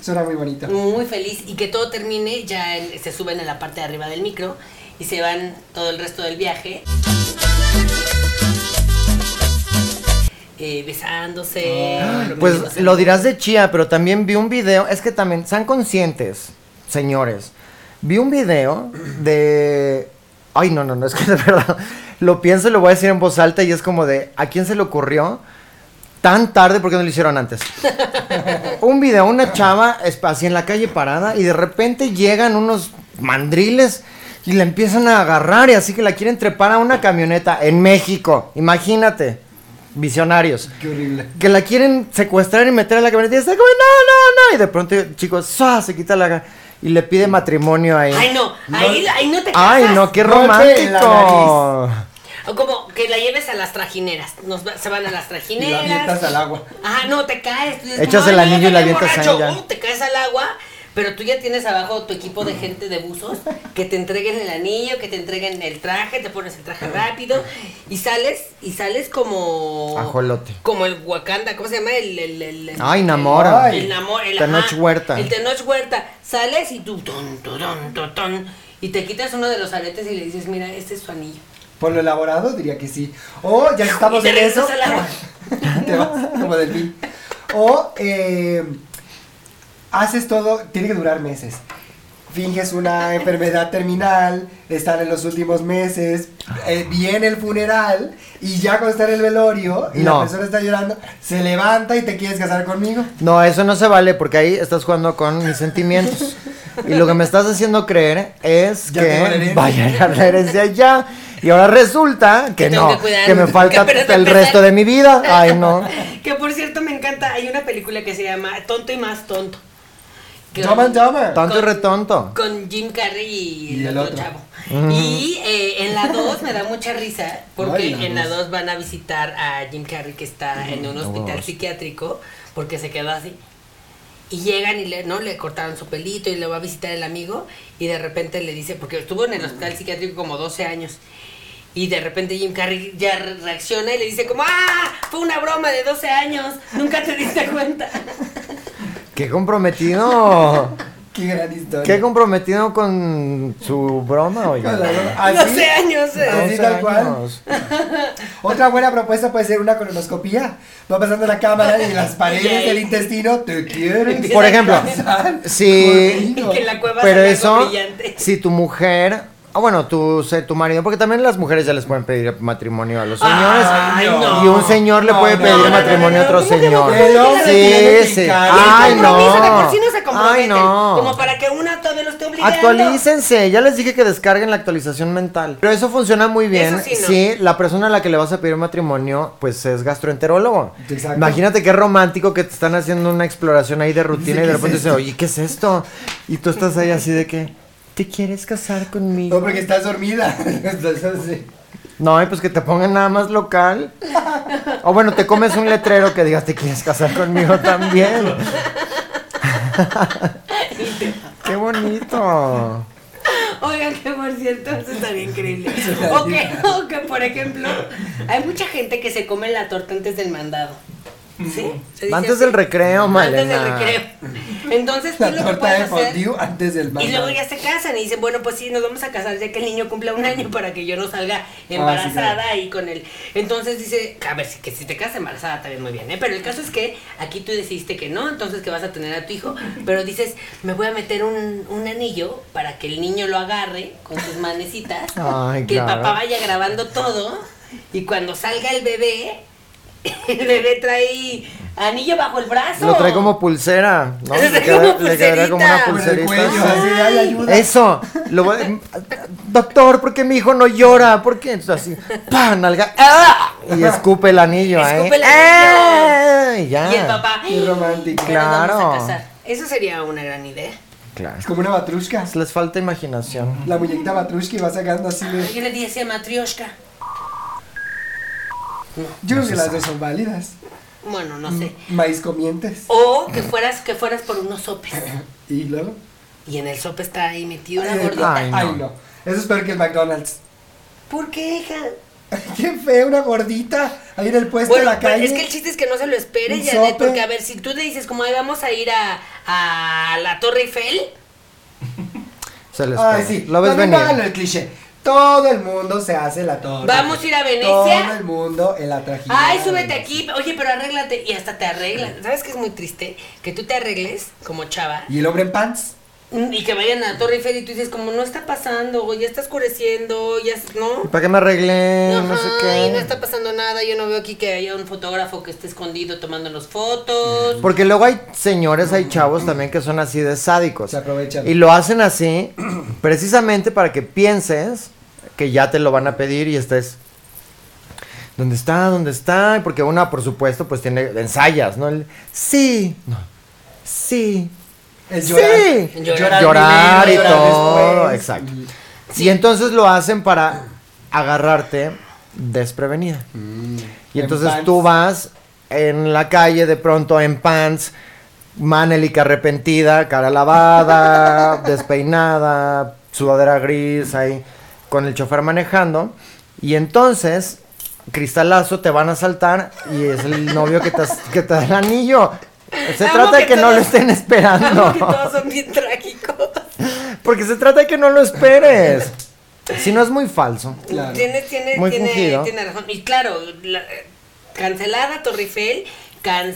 [SPEAKER 6] Suena muy bonito.
[SPEAKER 2] muy feliz y que todo termine, ya en- se suben a la parte de arriba del micro y se van todo el resto del viaje. eh, besándose.
[SPEAKER 4] Pues lo dirás de chía, pero también vi un video. Es que también, sean conscientes, señores. Vi un video de. Ay, no, no, no, es que de verdad. Lo pienso y lo voy a decir en voz alta y es como de. ¿A quién se le ocurrió tan tarde? ¿Por qué no lo hicieron antes? un video, una chava es- así en la calle parada y de repente llegan unos mandriles y la empiezan a agarrar y así que la quieren trepar a una camioneta en México. Imagínate. Visionarios
[SPEAKER 6] Qué horrible.
[SPEAKER 4] que la quieren secuestrar y meter a la camioneta y está como no, no, no. Y de pronto, chicos, ¡zas! se quita la ga- y le pide matrimonio ahí.
[SPEAKER 2] Ay, no, ahí, ahí no te
[SPEAKER 4] Ay,
[SPEAKER 2] casas.
[SPEAKER 4] no, qué
[SPEAKER 6] Golpe en la
[SPEAKER 4] romántico.
[SPEAKER 2] O como que la lleves a las trajineras. Nos va- se van a las
[SPEAKER 6] Y la
[SPEAKER 2] trajineras.
[SPEAKER 6] avientas al agua.
[SPEAKER 2] Ah, no, te caes. Tú dices,
[SPEAKER 4] Echas
[SPEAKER 2] "Ay,
[SPEAKER 4] el
[SPEAKER 2] no,
[SPEAKER 4] anillo y la
[SPEAKER 2] también
[SPEAKER 4] avientas a
[SPEAKER 2] borracho".
[SPEAKER 4] ella.
[SPEAKER 2] Uh, Te caes al agua, pero tú ya tienes abajo tu equipo de gente de buzos que te entreguen el anillo, que te entreguen el traje, te pones el traje rápido y sales, y sales como...
[SPEAKER 4] Ajolote.
[SPEAKER 2] Como el Wakanda, ¿cómo se llama? El, el, el, el-
[SPEAKER 4] Ay, Namora.
[SPEAKER 2] El, el Namor- el-
[SPEAKER 4] Tenoch
[SPEAKER 2] ajá,
[SPEAKER 4] Huerta.
[SPEAKER 2] El Tenoch Huerta. Sales y tú, ton, ton, ton, ton, ton, y te quitas uno de los aretes y le dices, mira, este es tu anillo.
[SPEAKER 6] Por lo elaborado diría que sí. O ya estamos
[SPEAKER 2] Y te
[SPEAKER 6] en eso.
[SPEAKER 2] regresas al agua.
[SPEAKER 6] Te vas como delfín. O eh, haces todo, tiene que durar meses. Finges una enfermedad terminal, están en los últimos meses, eh, viene el funeral y ya cuando está en el velorio y
[SPEAKER 4] No.
[SPEAKER 6] la persona está llorando, se levanta y te quieres casar conmigo.
[SPEAKER 4] No, eso no se vale porque ahí estás jugando con mis sentimientos. Y lo que me estás haciendo creer es
[SPEAKER 6] Ya tengo la
[SPEAKER 4] que
[SPEAKER 6] herencia.
[SPEAKER 4] vaya a la herencia ya. Y ahora resulta que
[SPEAKER 2] tengo
[SPEAKER 4] no,
[SPEAKER 2] que cuidar.
[SPEAKER 4] que me falta
[SPEAKER 2] Que apenas
[SPEAKER 4] el
[SPEAKER 2] empezar.
[SPEAKER 4] resto de mi vida. Ay, no.
[SPEAKER 2] Que por cierto me encanta, hay una película que se llama Tonto y más tonto. Que-
[SPEAKER 6] Dumb and Dumber.
[SPEAKER 4] Tanto y retonto.
[SPEAKER 2] Con Jim Carrey y,
[SPEAKER 6] Y
[SPEAKER 2] el
[SPEAKER 6] el
[SPEAKER 2] otro,
[SPEAKER 6] otro.
[SPEAKER 2] chavo.
[SPEAKER 4] Ujú.
[SPEAKER 2] Y eh, en la 2 me da mucha risa porque
[SPEAKER 6] Ay, la
[SPEAKER 2] en la
[SPEAKER 6] dos.
[SPEAKER 2] 2 van a visitar a Jim Carrey que está en un hospital psiquiátrico porque se quedó así. Y llegan y le, ¿no? le cortaron su pelito y le va a visitar el amigo y de repente le dice, porque estuvo en el hospital psiquiátrico como 12 años. Y de repente Jim Carrey ya re- reacciona y le dice como, ¡ah! Fue una broma de 12 años, nunca te diste cuenta.
[SPEAKER 4] Qué comprometido.
[SPEAKER 6] Qué gran historia.
[SPEAKER 4] Qué comprometido con su broma, oiga.
[SPEAKER 6] Así-
[SPEAKER 2] 12 años. eh.
[SPEAKER 6] Así tal cual.
[SPEAKER 4] años.
[SPEAKER 6] Otra buena propuesta puede ser una colonoscopía. Va pasando la cámara y las paredes del intestino te quieren.
[SPEAKER 4] Por ejemplo, si...
[SPEAKER 2] Y que en la cueva
[SPEAKER 4] Pero
[SPEAKER 2] sale algo
[SPEAKER 4] eso,
[SPEAKER 2] brillante.
[SPEAKER 4] si tu mujer... Ah, bueno, tu, se- tu marido, porque también las mujeres ya les pueden pedir matrimonio a los señores.
[SPEAKER 2] Ay, Ah, no.
[SPEAKER 4] Y un señor le
[SPEAKER 6] No,
[SPEAKER 4] puede
[SPEAKER 6] no,
[SPEAKER 4] pedir
[SPEAKER 2] no, no,
[SPEAKER 4] matrimonio a
[SPEAKER 2] no,
[SPEAKER 4] otro
[SPEAKER 2] ¿cómo que no?
[SPEAKER 4] señor.
[SPEAKER 2] El hombre
[SPEAKER 6] tiene que
[SPEAKER 4] sí, sí.
[SPEAKER 6] picar.
[SPEAKER 4] Ay,
[SPEAKER 2] el compromiso de
[SPEAKER 4] no.
[SPEAKER 2] por sí no se comprometen.
[SPEAKER 4] Ay, no.
[SPEAKER 2] Como para que una todavía lo esté obligando.
[SPEAKER 4] Actualícense, ya les dije que descarguen la actualización mental. Pero eso funciona muy bien
[SPEAKER 2] Eso sí, no.
[SPEAKER 4] si la persona a la que le vas a pedir matrimonio, pues es gastroenterólogo.
[SPEAKER 6] Exacto.
[SPEAKER 4] Imagínate qué romántico que te están haciendo una exploración ahí de
[SPEAKER 6] Dice,
[SPEAKER 4] rutina y de
[SPEAKER 6] "¿Qué es
[SPEAKER 4] repente dicen,
[SPEAKER 6] esto?"
[SPEAKER 4] oye, ¿qué es esto? Y tú estás ahí así de que, ¿te quieres casar
[SPEAKER 6] No,
[SPEAKER 4] conmigo?
[SPEAKER 6] porque estás dormida. Entonces, sí.
[SPEAKER 4] No, y pues que te pongan nada más local. O bueno, te comes un letrero que digas, ¿te quieres casar conmigo también? qué bonito.
[SPEAKER 2] Oigan, que por cierto, eso estaría increíble. O que, o que, por ejemplo, hay mucha gente que se come la torta antes del mandado. ¿Sí? Se dice
[SPEAKER 4] Antes
[SPEAKER 2] así.
[SPEAKER 4] del recreo, Malena.
[SPEAKER 2] Antes del recreo. Entonces, tú
[SPEAKER 6] La
[SPEAKER 2] lo que
[SPEAKER 6] torta de
[SPEAKER 2] puedes hacer...
[SPEAKER 6] fondue antes del
[SPEAKER 2] Y luego
[SPEAKER 6] mandado.
[SPEAKER 2] ya se casan y dicen, bueno, pues sí, nos vamos a casar ya que el niño cumpla un año para que yo no
[SPEAKER 4] Ah,
[SPEAKER 2] salga
[SPEAKER 6] sí,
[SPEAKER 2] embarazada y con él. Entonces dice, a ver, si- que si te casas embarazada también muy bien, ¿eh? Pero el caso es que aquí tú decidiste que no, entonces que vas a tener a tu hijo, pero dices, me voy a meter un, un anillo para que el niño lo agarre con sus manecitas,
[SPEAKER 4] Ay,
[SPEAKER 2] que el
[SPEAKER 4] claro.
[SPEAKER 2] papá vaya grabando todo y cuando salga el bebé, el bebé trae anillo bajo el brazo.
[SPEAKER 4] Lo trae como pulsera, ¿no?
[SPEAKER 2] Lo
[SPEAKER 4] Le,
[SPEAKER 2] trae
[SPEAKER 4] queda-
[SPEAKER 2] como
[SPEAKER 4] le quedaría como una
[SPEAKER 6] Por el
[SPEAKER 4] pulserita.
[SPEAKER 6] cuello, así, ay, ayuda.
[SPEAKER 4] Eso, lo voy- doctor, ¿por qué mi hijo no llora? ¿Por qué? Entonces, así, ¡pah! nalga, ¡ah! y escupe el anillo, ¿eh?
[SPEAKER 2] Escupe el
[SPEAKER 4] ¡Ah!
[SPEAKER 2] anillo.
[SPEAKER 4] Ya.
[SPEAKER 2] Y el papá.
[SPEAKER 6] Qué romántico.
[SPEAKER 2] "Ay, nos vamos a
[SPEAKER 4] Claro.
[SPEAKER 2] casar". Eso sería una gran idea.
[SPEAKER 4] Claro.
[SPEAKER 6] Es como una matrushka.
[SPEAKER 4] Les falta imaginación.
[SPEAKER 6] La muñequita matrushka y va sacando así de.
[SPEAKER 2] Yo le dije así a Matrioshka.
[SPEAKER 6] Yo creo que las dos son válidas.
[SPEAKER 2] Bueno,
[SPEAKER 4] Mm.
[SPEAKER 2] no sé.
[SPEAKER 6] Maíz comientes.
[SPEAKER 2] O que fueras, que fueras por unos sopes.
[SPEAKER 6] Y luego.
[SPEAKER 2] Y en el sope está ahí metido una
[SPEAKER 6] Ay,
[SPEAKER 2] gordita.
[SPEAKER 4] ay, no.
[SPEAKER 6] Ay, no. Eso es peor que el McDonald's.
[SPEAKER 2] ¿Por qué, hija?
[SPEAKER 6] Qué feo, una gordita. Ahí en el puesto de
[SPEAKER 2] Bueno,
[SPEAKER 6] la
[SPEAKER 2] pero
[SPEAKER 6] calle.
[SPEAKER 2] es que el chiste es que no se lo espere,
[SPEAKER 6] Un
[SPEAKER 2] Janet,
[SPEAKER 6] sope.
[SPEAKER 2] porque a ver, si tú le dices como ahí vamos a ir a, a la Torre Eiffel,
[SPEAKER 4] Se les
[SPEAKER 6] Ay,
[SPEAKER 4] pega.
[SPEAKER 6] sí.
[SPEAKER 4] Lo ves
[SPEAKER 6] También
[SPEAKER 4] venir.
[SPEAKER 6] háganlo el cliché. Todo el mundo se hace la torre.
[SPEAKER 2] Vamos a ir a
[SPEAKER 6] Todo
[SPEAKER 2] Venecia.
[SPEAKER 6] el mundo en la trajilla.
[SPEAKER 2] Ay, súbete aquí. Oye, pero arréglate. Y hasta te arreglas. ¿Sabes qué es muy triste? Que tú te arregles como chava
[SPEAKER 6] Y el hombre en pants.
[SPEAKER 2] Mm, y que vayan a la Torre Eiffel y tú dices, como no está pasando, güey, ya está oscureciendo, ya, s- ¿no?
[SPEAKER 4] ¿Para qué me arreglé? Eh, no sé
[SPEAKER 2] Ay, no
[SPEAKER 4] qué.
[SPEAKER 2] está pasando nada. Yo no veo aquí que haya un fotógrafo que esté escondido tomándonos fotos.
[SPEAKER 4] Porque luego hay señores, hay chavos también que son así de sádicos.
[SPEAKER 6] Se aprovechan.
[SPEAKER 4] Y lo hacen así precisamente para que pienses que ya te lo van a pedir y estés. ¿Dónde está? ¿Dónde está? Y Porque una, por supuesto, pues tiene ensayas, ¿no? El, sí. No. Sí.
[SPEAKER 6] Es
[SPEAKER 4] sí.
[SPEAKER 6] llorar.
[SPEAKER 4] Llorar,
[SPEAKER 6] Llorar
[SPEAKER 4] y
[SPEAKER 6] primero, llorar
[SPEAKER 4] todo.
[SPEAKER 6] después.
[SPEAKER 4] Exacto. Y entonces lo hacen para agarrarte desprevenida. Y
[SPEAKER 6] Mm. En
[SPEAKER 4] entonces
[SPEAKER 6] pants.
[SPEAKER 4] tú vas en la calle de pronto en pants, manélica arrepentida, cara lavada, despeinada, sudadera gris ahí, con el chofer manejando. Y entonces, cristalazo, te van a saltar y es el novio que te, as- que te da el anillo. Se
[SPEAKER 2] Amo
[SPEAKER 4] trata de
[SPEAKER 2] que
[SPEAKER 4] que no lo
[SPEAKER 2] todos-
[SPEAKER 4] estén esperando.
[SPEAKER 2] Amo que todos son bien trágicos.
[SPEAKER 4] Porque se trata de que no lo esperes. Si no es muy falso.
[SPEAKER 2] Tiene, tiene,
[SPEAKER 4] Muy
[SPEAKER 2] tiene,
[SPEAKER 4] fungido.
[SPEAKER 2] tiene razón. Y claro, la- cancelada Torre Eiffel,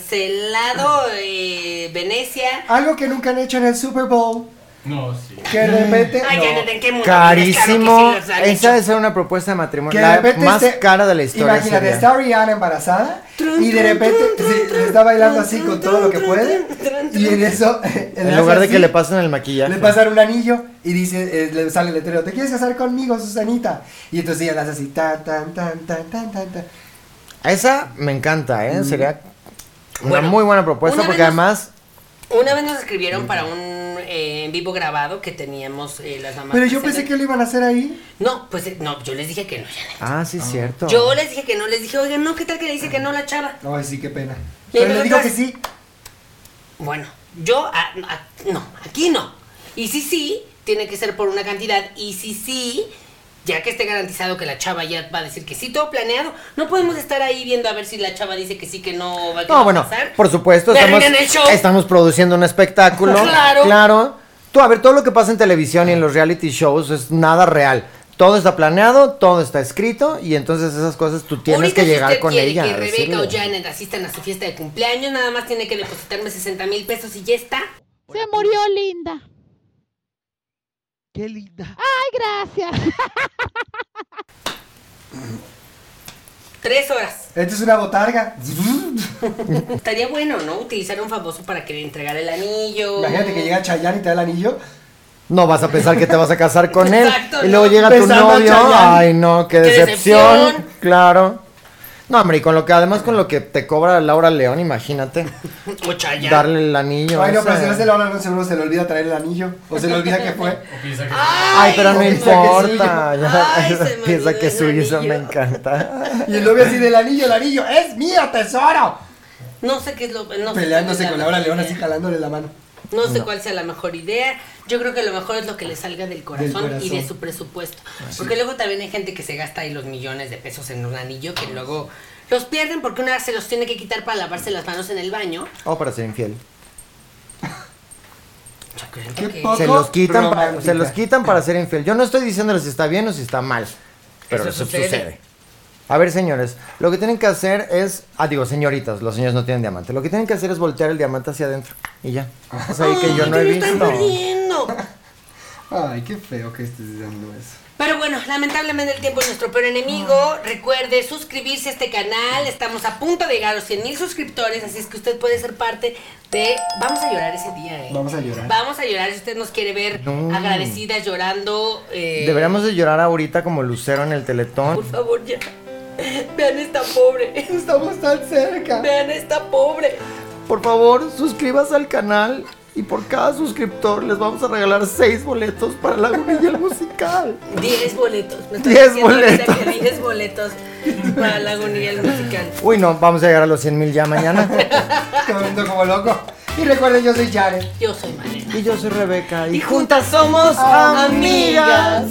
[SPEAKER 2] cancelado eh, Venecia.
[SPEAKER 6] Algo que nunca han hecho en el Super Bowl.
[SPEAKER 13] No, sí.
[SPEAKER 6] Que de repente.
[SPEAKER 2] Ay, ya no, ¿en qué mundo vives? Claro que sí
[SPEAKER 4] Carísimo.
[SPEAKER 2] los han
[SPEAKER 4] Esa
[SPEAKER 2] hecho.
[SPEAKER 4] debe ser una propuesta de matrimonio.
[SPEAKER 6] Que
[SPEAKER 4] La
[SPEAKER 6] de repente
[SPEAKER 4] más
[SPEAKER 6] esté-
[SPEAKER 4] cara de la historia.
[SPEAKER 6] Imagínate,
[SPEAKER 4] sería.
[SPEAKER 6] está Rihanna embarazada y de repente sí, está bailando así con todo lo que puede y en eso le
[SPEAKER 4] En
[SPEAKER 6] hace
[SPEAKER 4] lugar de que
[SPEAKER 6] así,
[SPEAKER 4] le pasen el maquillaje.
[SPEAKER 6] le pasan un anillo y dice eh, le sale el letrero, "¿Te quieres casar conmigo, Susanita?" Y entonces ella le hace así tan tan tan tan tan tan. tan.
[SPEAKER 4] Esa me encanta, ¿eh?
[SPEAKER 6] Mm.
[SPEAKER 4] Sería una muy buena propuesta
[SPEAKER 2] una
[SPEAKER 4] porque
[SPEAKER 2] vez
[SPEAKER 4] además.
[SPEAKER 2] Una vez nos
[SPEAKER 4] Mm.
[SPEAKER 2] escribieron para un eh, en vivo grabado que teníamos eh, las mamás.
[SPEAKER 6] Pero yo pensé
[SPEAKER 2] presentes.
[SPEAKER 6] que lo iban a hacer ahí.
[SPEAKER 2] No, pues eh, no, yo les dije que no. ya
[SPEAKER 4] Ah, sí, es cierto.
[SPEAKER 2] no. Yo les dije que no, les dije, oigan, no, ¿qué tal que le dice que no la chava?
[SPEAKER 6] Ay, sí, qué pena.
[SPEAKER 2] Y ahí
[SPEAKER 6] Pero le digo
[SPEAKER 2] nosotras-
[SPEAKER 6] que sí.
[SPEAKER 2] Bueno, yo, a- a- no, aquí no. Y si sí, tiene que ser por una cantidad. Y si sí, ya que esté garantizado que la chava ya va a decir que sí, todo planeado. No podemos estar ahí viendo a ver si la chava dice que sí, que no va, que va
[SPEAKER 4] No,
[SPEAKER 2] a
[SPEAKER 4] bueno,
[SPEAKER 2] pasar.
[SPEAKER 4] por supuesto,
[SPEAKER 2] Me
[SPEAKER 4] estamos,
[SPEAKER 2] arruinan el show.
[SPEAKER 4] estamos produciendo un espectáculo.
[SPEAKER 2] Claro.
[SPEAKER 4] Claro. Tú, a ver, todo lo que pasa en televisión y en los reality shows es nada real. Todo está planeado, todo está escrito y entonces esas cosas tú tienes
[SPEAKER 2] Ahorita
[SPEAKER 4] que
[SPEAKER 2] si
[SPEAKER 4] llegar
[SPEAKER 2] usted
[SPEAKER 4] con
[SPEAKER 2] quiere
[SPEAKER 4] ella.
[SPEAKER 2] Que
[SPEAKER 4] a
[SPEAKER 2] Rebeca o
[SPEAKER 4] decirle.
[SPEAKER 2] Janet asistan a su fiesta de cumpleaños, nada más tiene que depositarme 60 mil pesos y ya está.
[SPEAKER 14] Se murió linda.
[SPEAKER 10] Qué linda.
[SPEAKER 14] Ay, gracias.
[SPEAKER 2] Tres horas.
[SPEAKER 6] Esto es una botarga.
[SPEAKER 2] Oh. Estaría bueno, ¿no? Utilizar un famoso para que le entregara el anillo.
[SPEAKER 6] Imagínate que llega Chayanne y te da el anillo.
[SPEAKER 4] No vas a pensar que te vas a casar con él.
[SPEAKER 2] Exacto,
[SPEAKER 4] y luego
[SPEAKER 2] ¿no?
[SPEAKER 4] llega tu
[SPEAKER 6] Besando a
[SPEAKER 4] novio.
[SPEAKER 6] Chayanne.
[SPEAKER 4] Ay, no, qué
[SPEAKER 6] Qué
[SPEAKER 4] decepción.
[SPEAKER 6] decepción.
[SPEAKER 4] Claro. No, hombre, y con lo que además con lo que te cobra Laura León, imagínate.
[SPEAKER 2] O Chayanne.
[SPEAKER 4] Darle el anillo.
[SPEAKER 6] Ay, no,
[SPEAKER 4] ese.
[SPEAKER 6] pero si no se lo hablan, seguro se le olvida traer el anillo. O se le olvida que fue.
[SPEAKER 4] Ay, pero no
[SPEAKER 6] Ay,
[SPEAKER 4] importa.
[SPEAKER 6] Ay,
[SPEAKER 4] Ya, piensa que es suyo, eso me encanta.
[SPEAKER 6] Y el novio así del anillo, el anillo, ¡es mío, tesoro!
[SPEAKER 2] No sé qué es lo. No sé cuál
[SPEAKER 6] Peleándose
[SPEAKER 2] es
[SPEAKER 6] con Laura
[SPEAKER 2] mejor
[SPEAKER 6] León
[SPEAKER 2] idea.
[SPEAKER 6] así jalándole la mano.
[SPEAKER 2] No sé
[SPEAKER 6] No.
[SPEAKER 2] cuál sea la mejor idea. Yo creo que lo mejor es lo que le salga del corazón, y de
[SPEAKER 6] corazón.
[SPEAKER 2] su presupuesto.
[SPEAKER 4] Ah,
[SPEAKER 6] Así.
[SPEAKER 2] Porque luego también hay gente que se gasta ahí los millones de pesos en un anillo que luego los pierden porque una se los tiene que quitar para lavarse las manos en el baño.
[SPEAKER 4] O para ser Oh, infiel.
[SPEAKER 2] Qué
[SPEAKER 4] Se
[SPEAKER 2] poco
[SPEAKER 4] los quitan para,
[SPEAKER 2] romántica.
[SPEAKER 4] se los quitan para ser infiel. Yo no estoy diciéndoles si está bien o si está mal. Pero
[SPEAKER 2] Eso
[SPEAKER 4] eso,
[SPEAKER 2] sucede.
[SPEAKER 4] sucede. A ver, señores, lo que tienen que hacer es, ah, digo, señoritas, los señores no tienen diamante. Lo que tienen que hacer es voltear el diamante hacia adentro y ya. Es ahí que yo no he
[SPEAKER 2] Ay, te lo
[SPEAKER 4] visto.
[SPEAKER 2] están perdiendo.
[SPEAKER 6] Ay, qué feo que estés dando eso.
[SPEAKER 2] Pero bueno, lamentablemente el tiempo es nuestro peor enemigo. Recuerde suscribirse a este canal. Estamos a punto de llegar a los 100 mil suscriptores, así es que usted puede ser parte de... Vamos a llorar ese día, ¿eh?
[SPEAKER 6] Vamos a llorar.
[SPEAKER 2] Vamos a llorar si usted nos quiere ver
[SPEAKER 4] No.
[SPEAKER 2] agradecidas llorando. eh,
[SPEAKER 4] Deberíamos de llorar ahorita como Lucero en el Teletón.
[SPEAKER 2] Por favor, ya. Vean esta pobre.
[SPEAKER 6] Estamos tan cerca.
[SPEAKER 2] Vean esta pobre.
[SPEAKER 4] Por favor, suscríbase al canal y por cada suscriptor les vamos a regalar seis boletos para la el musical.
[SPEAKER 2] 10 boletos. Me están
[SPEAKER 4] Diez
[SPEAKER 2] diciendo ahorita
[SPEAKER 4] boletos.
[SPEAKER 2] que 10 boletos para la agonía del musical.
[SPEAKER 4] Uy, no, vamos a llegar a los 100 mil ya mañana.
[SPEAKER 6] Comiendo como loco. Y recuerden, yo soy Jared.
[SPEAKER 2] Yo soy Malena.
[SPEAKER 4] Y yo soy Rebeca.
[SPEAKER 2] Y juntas somos amigas.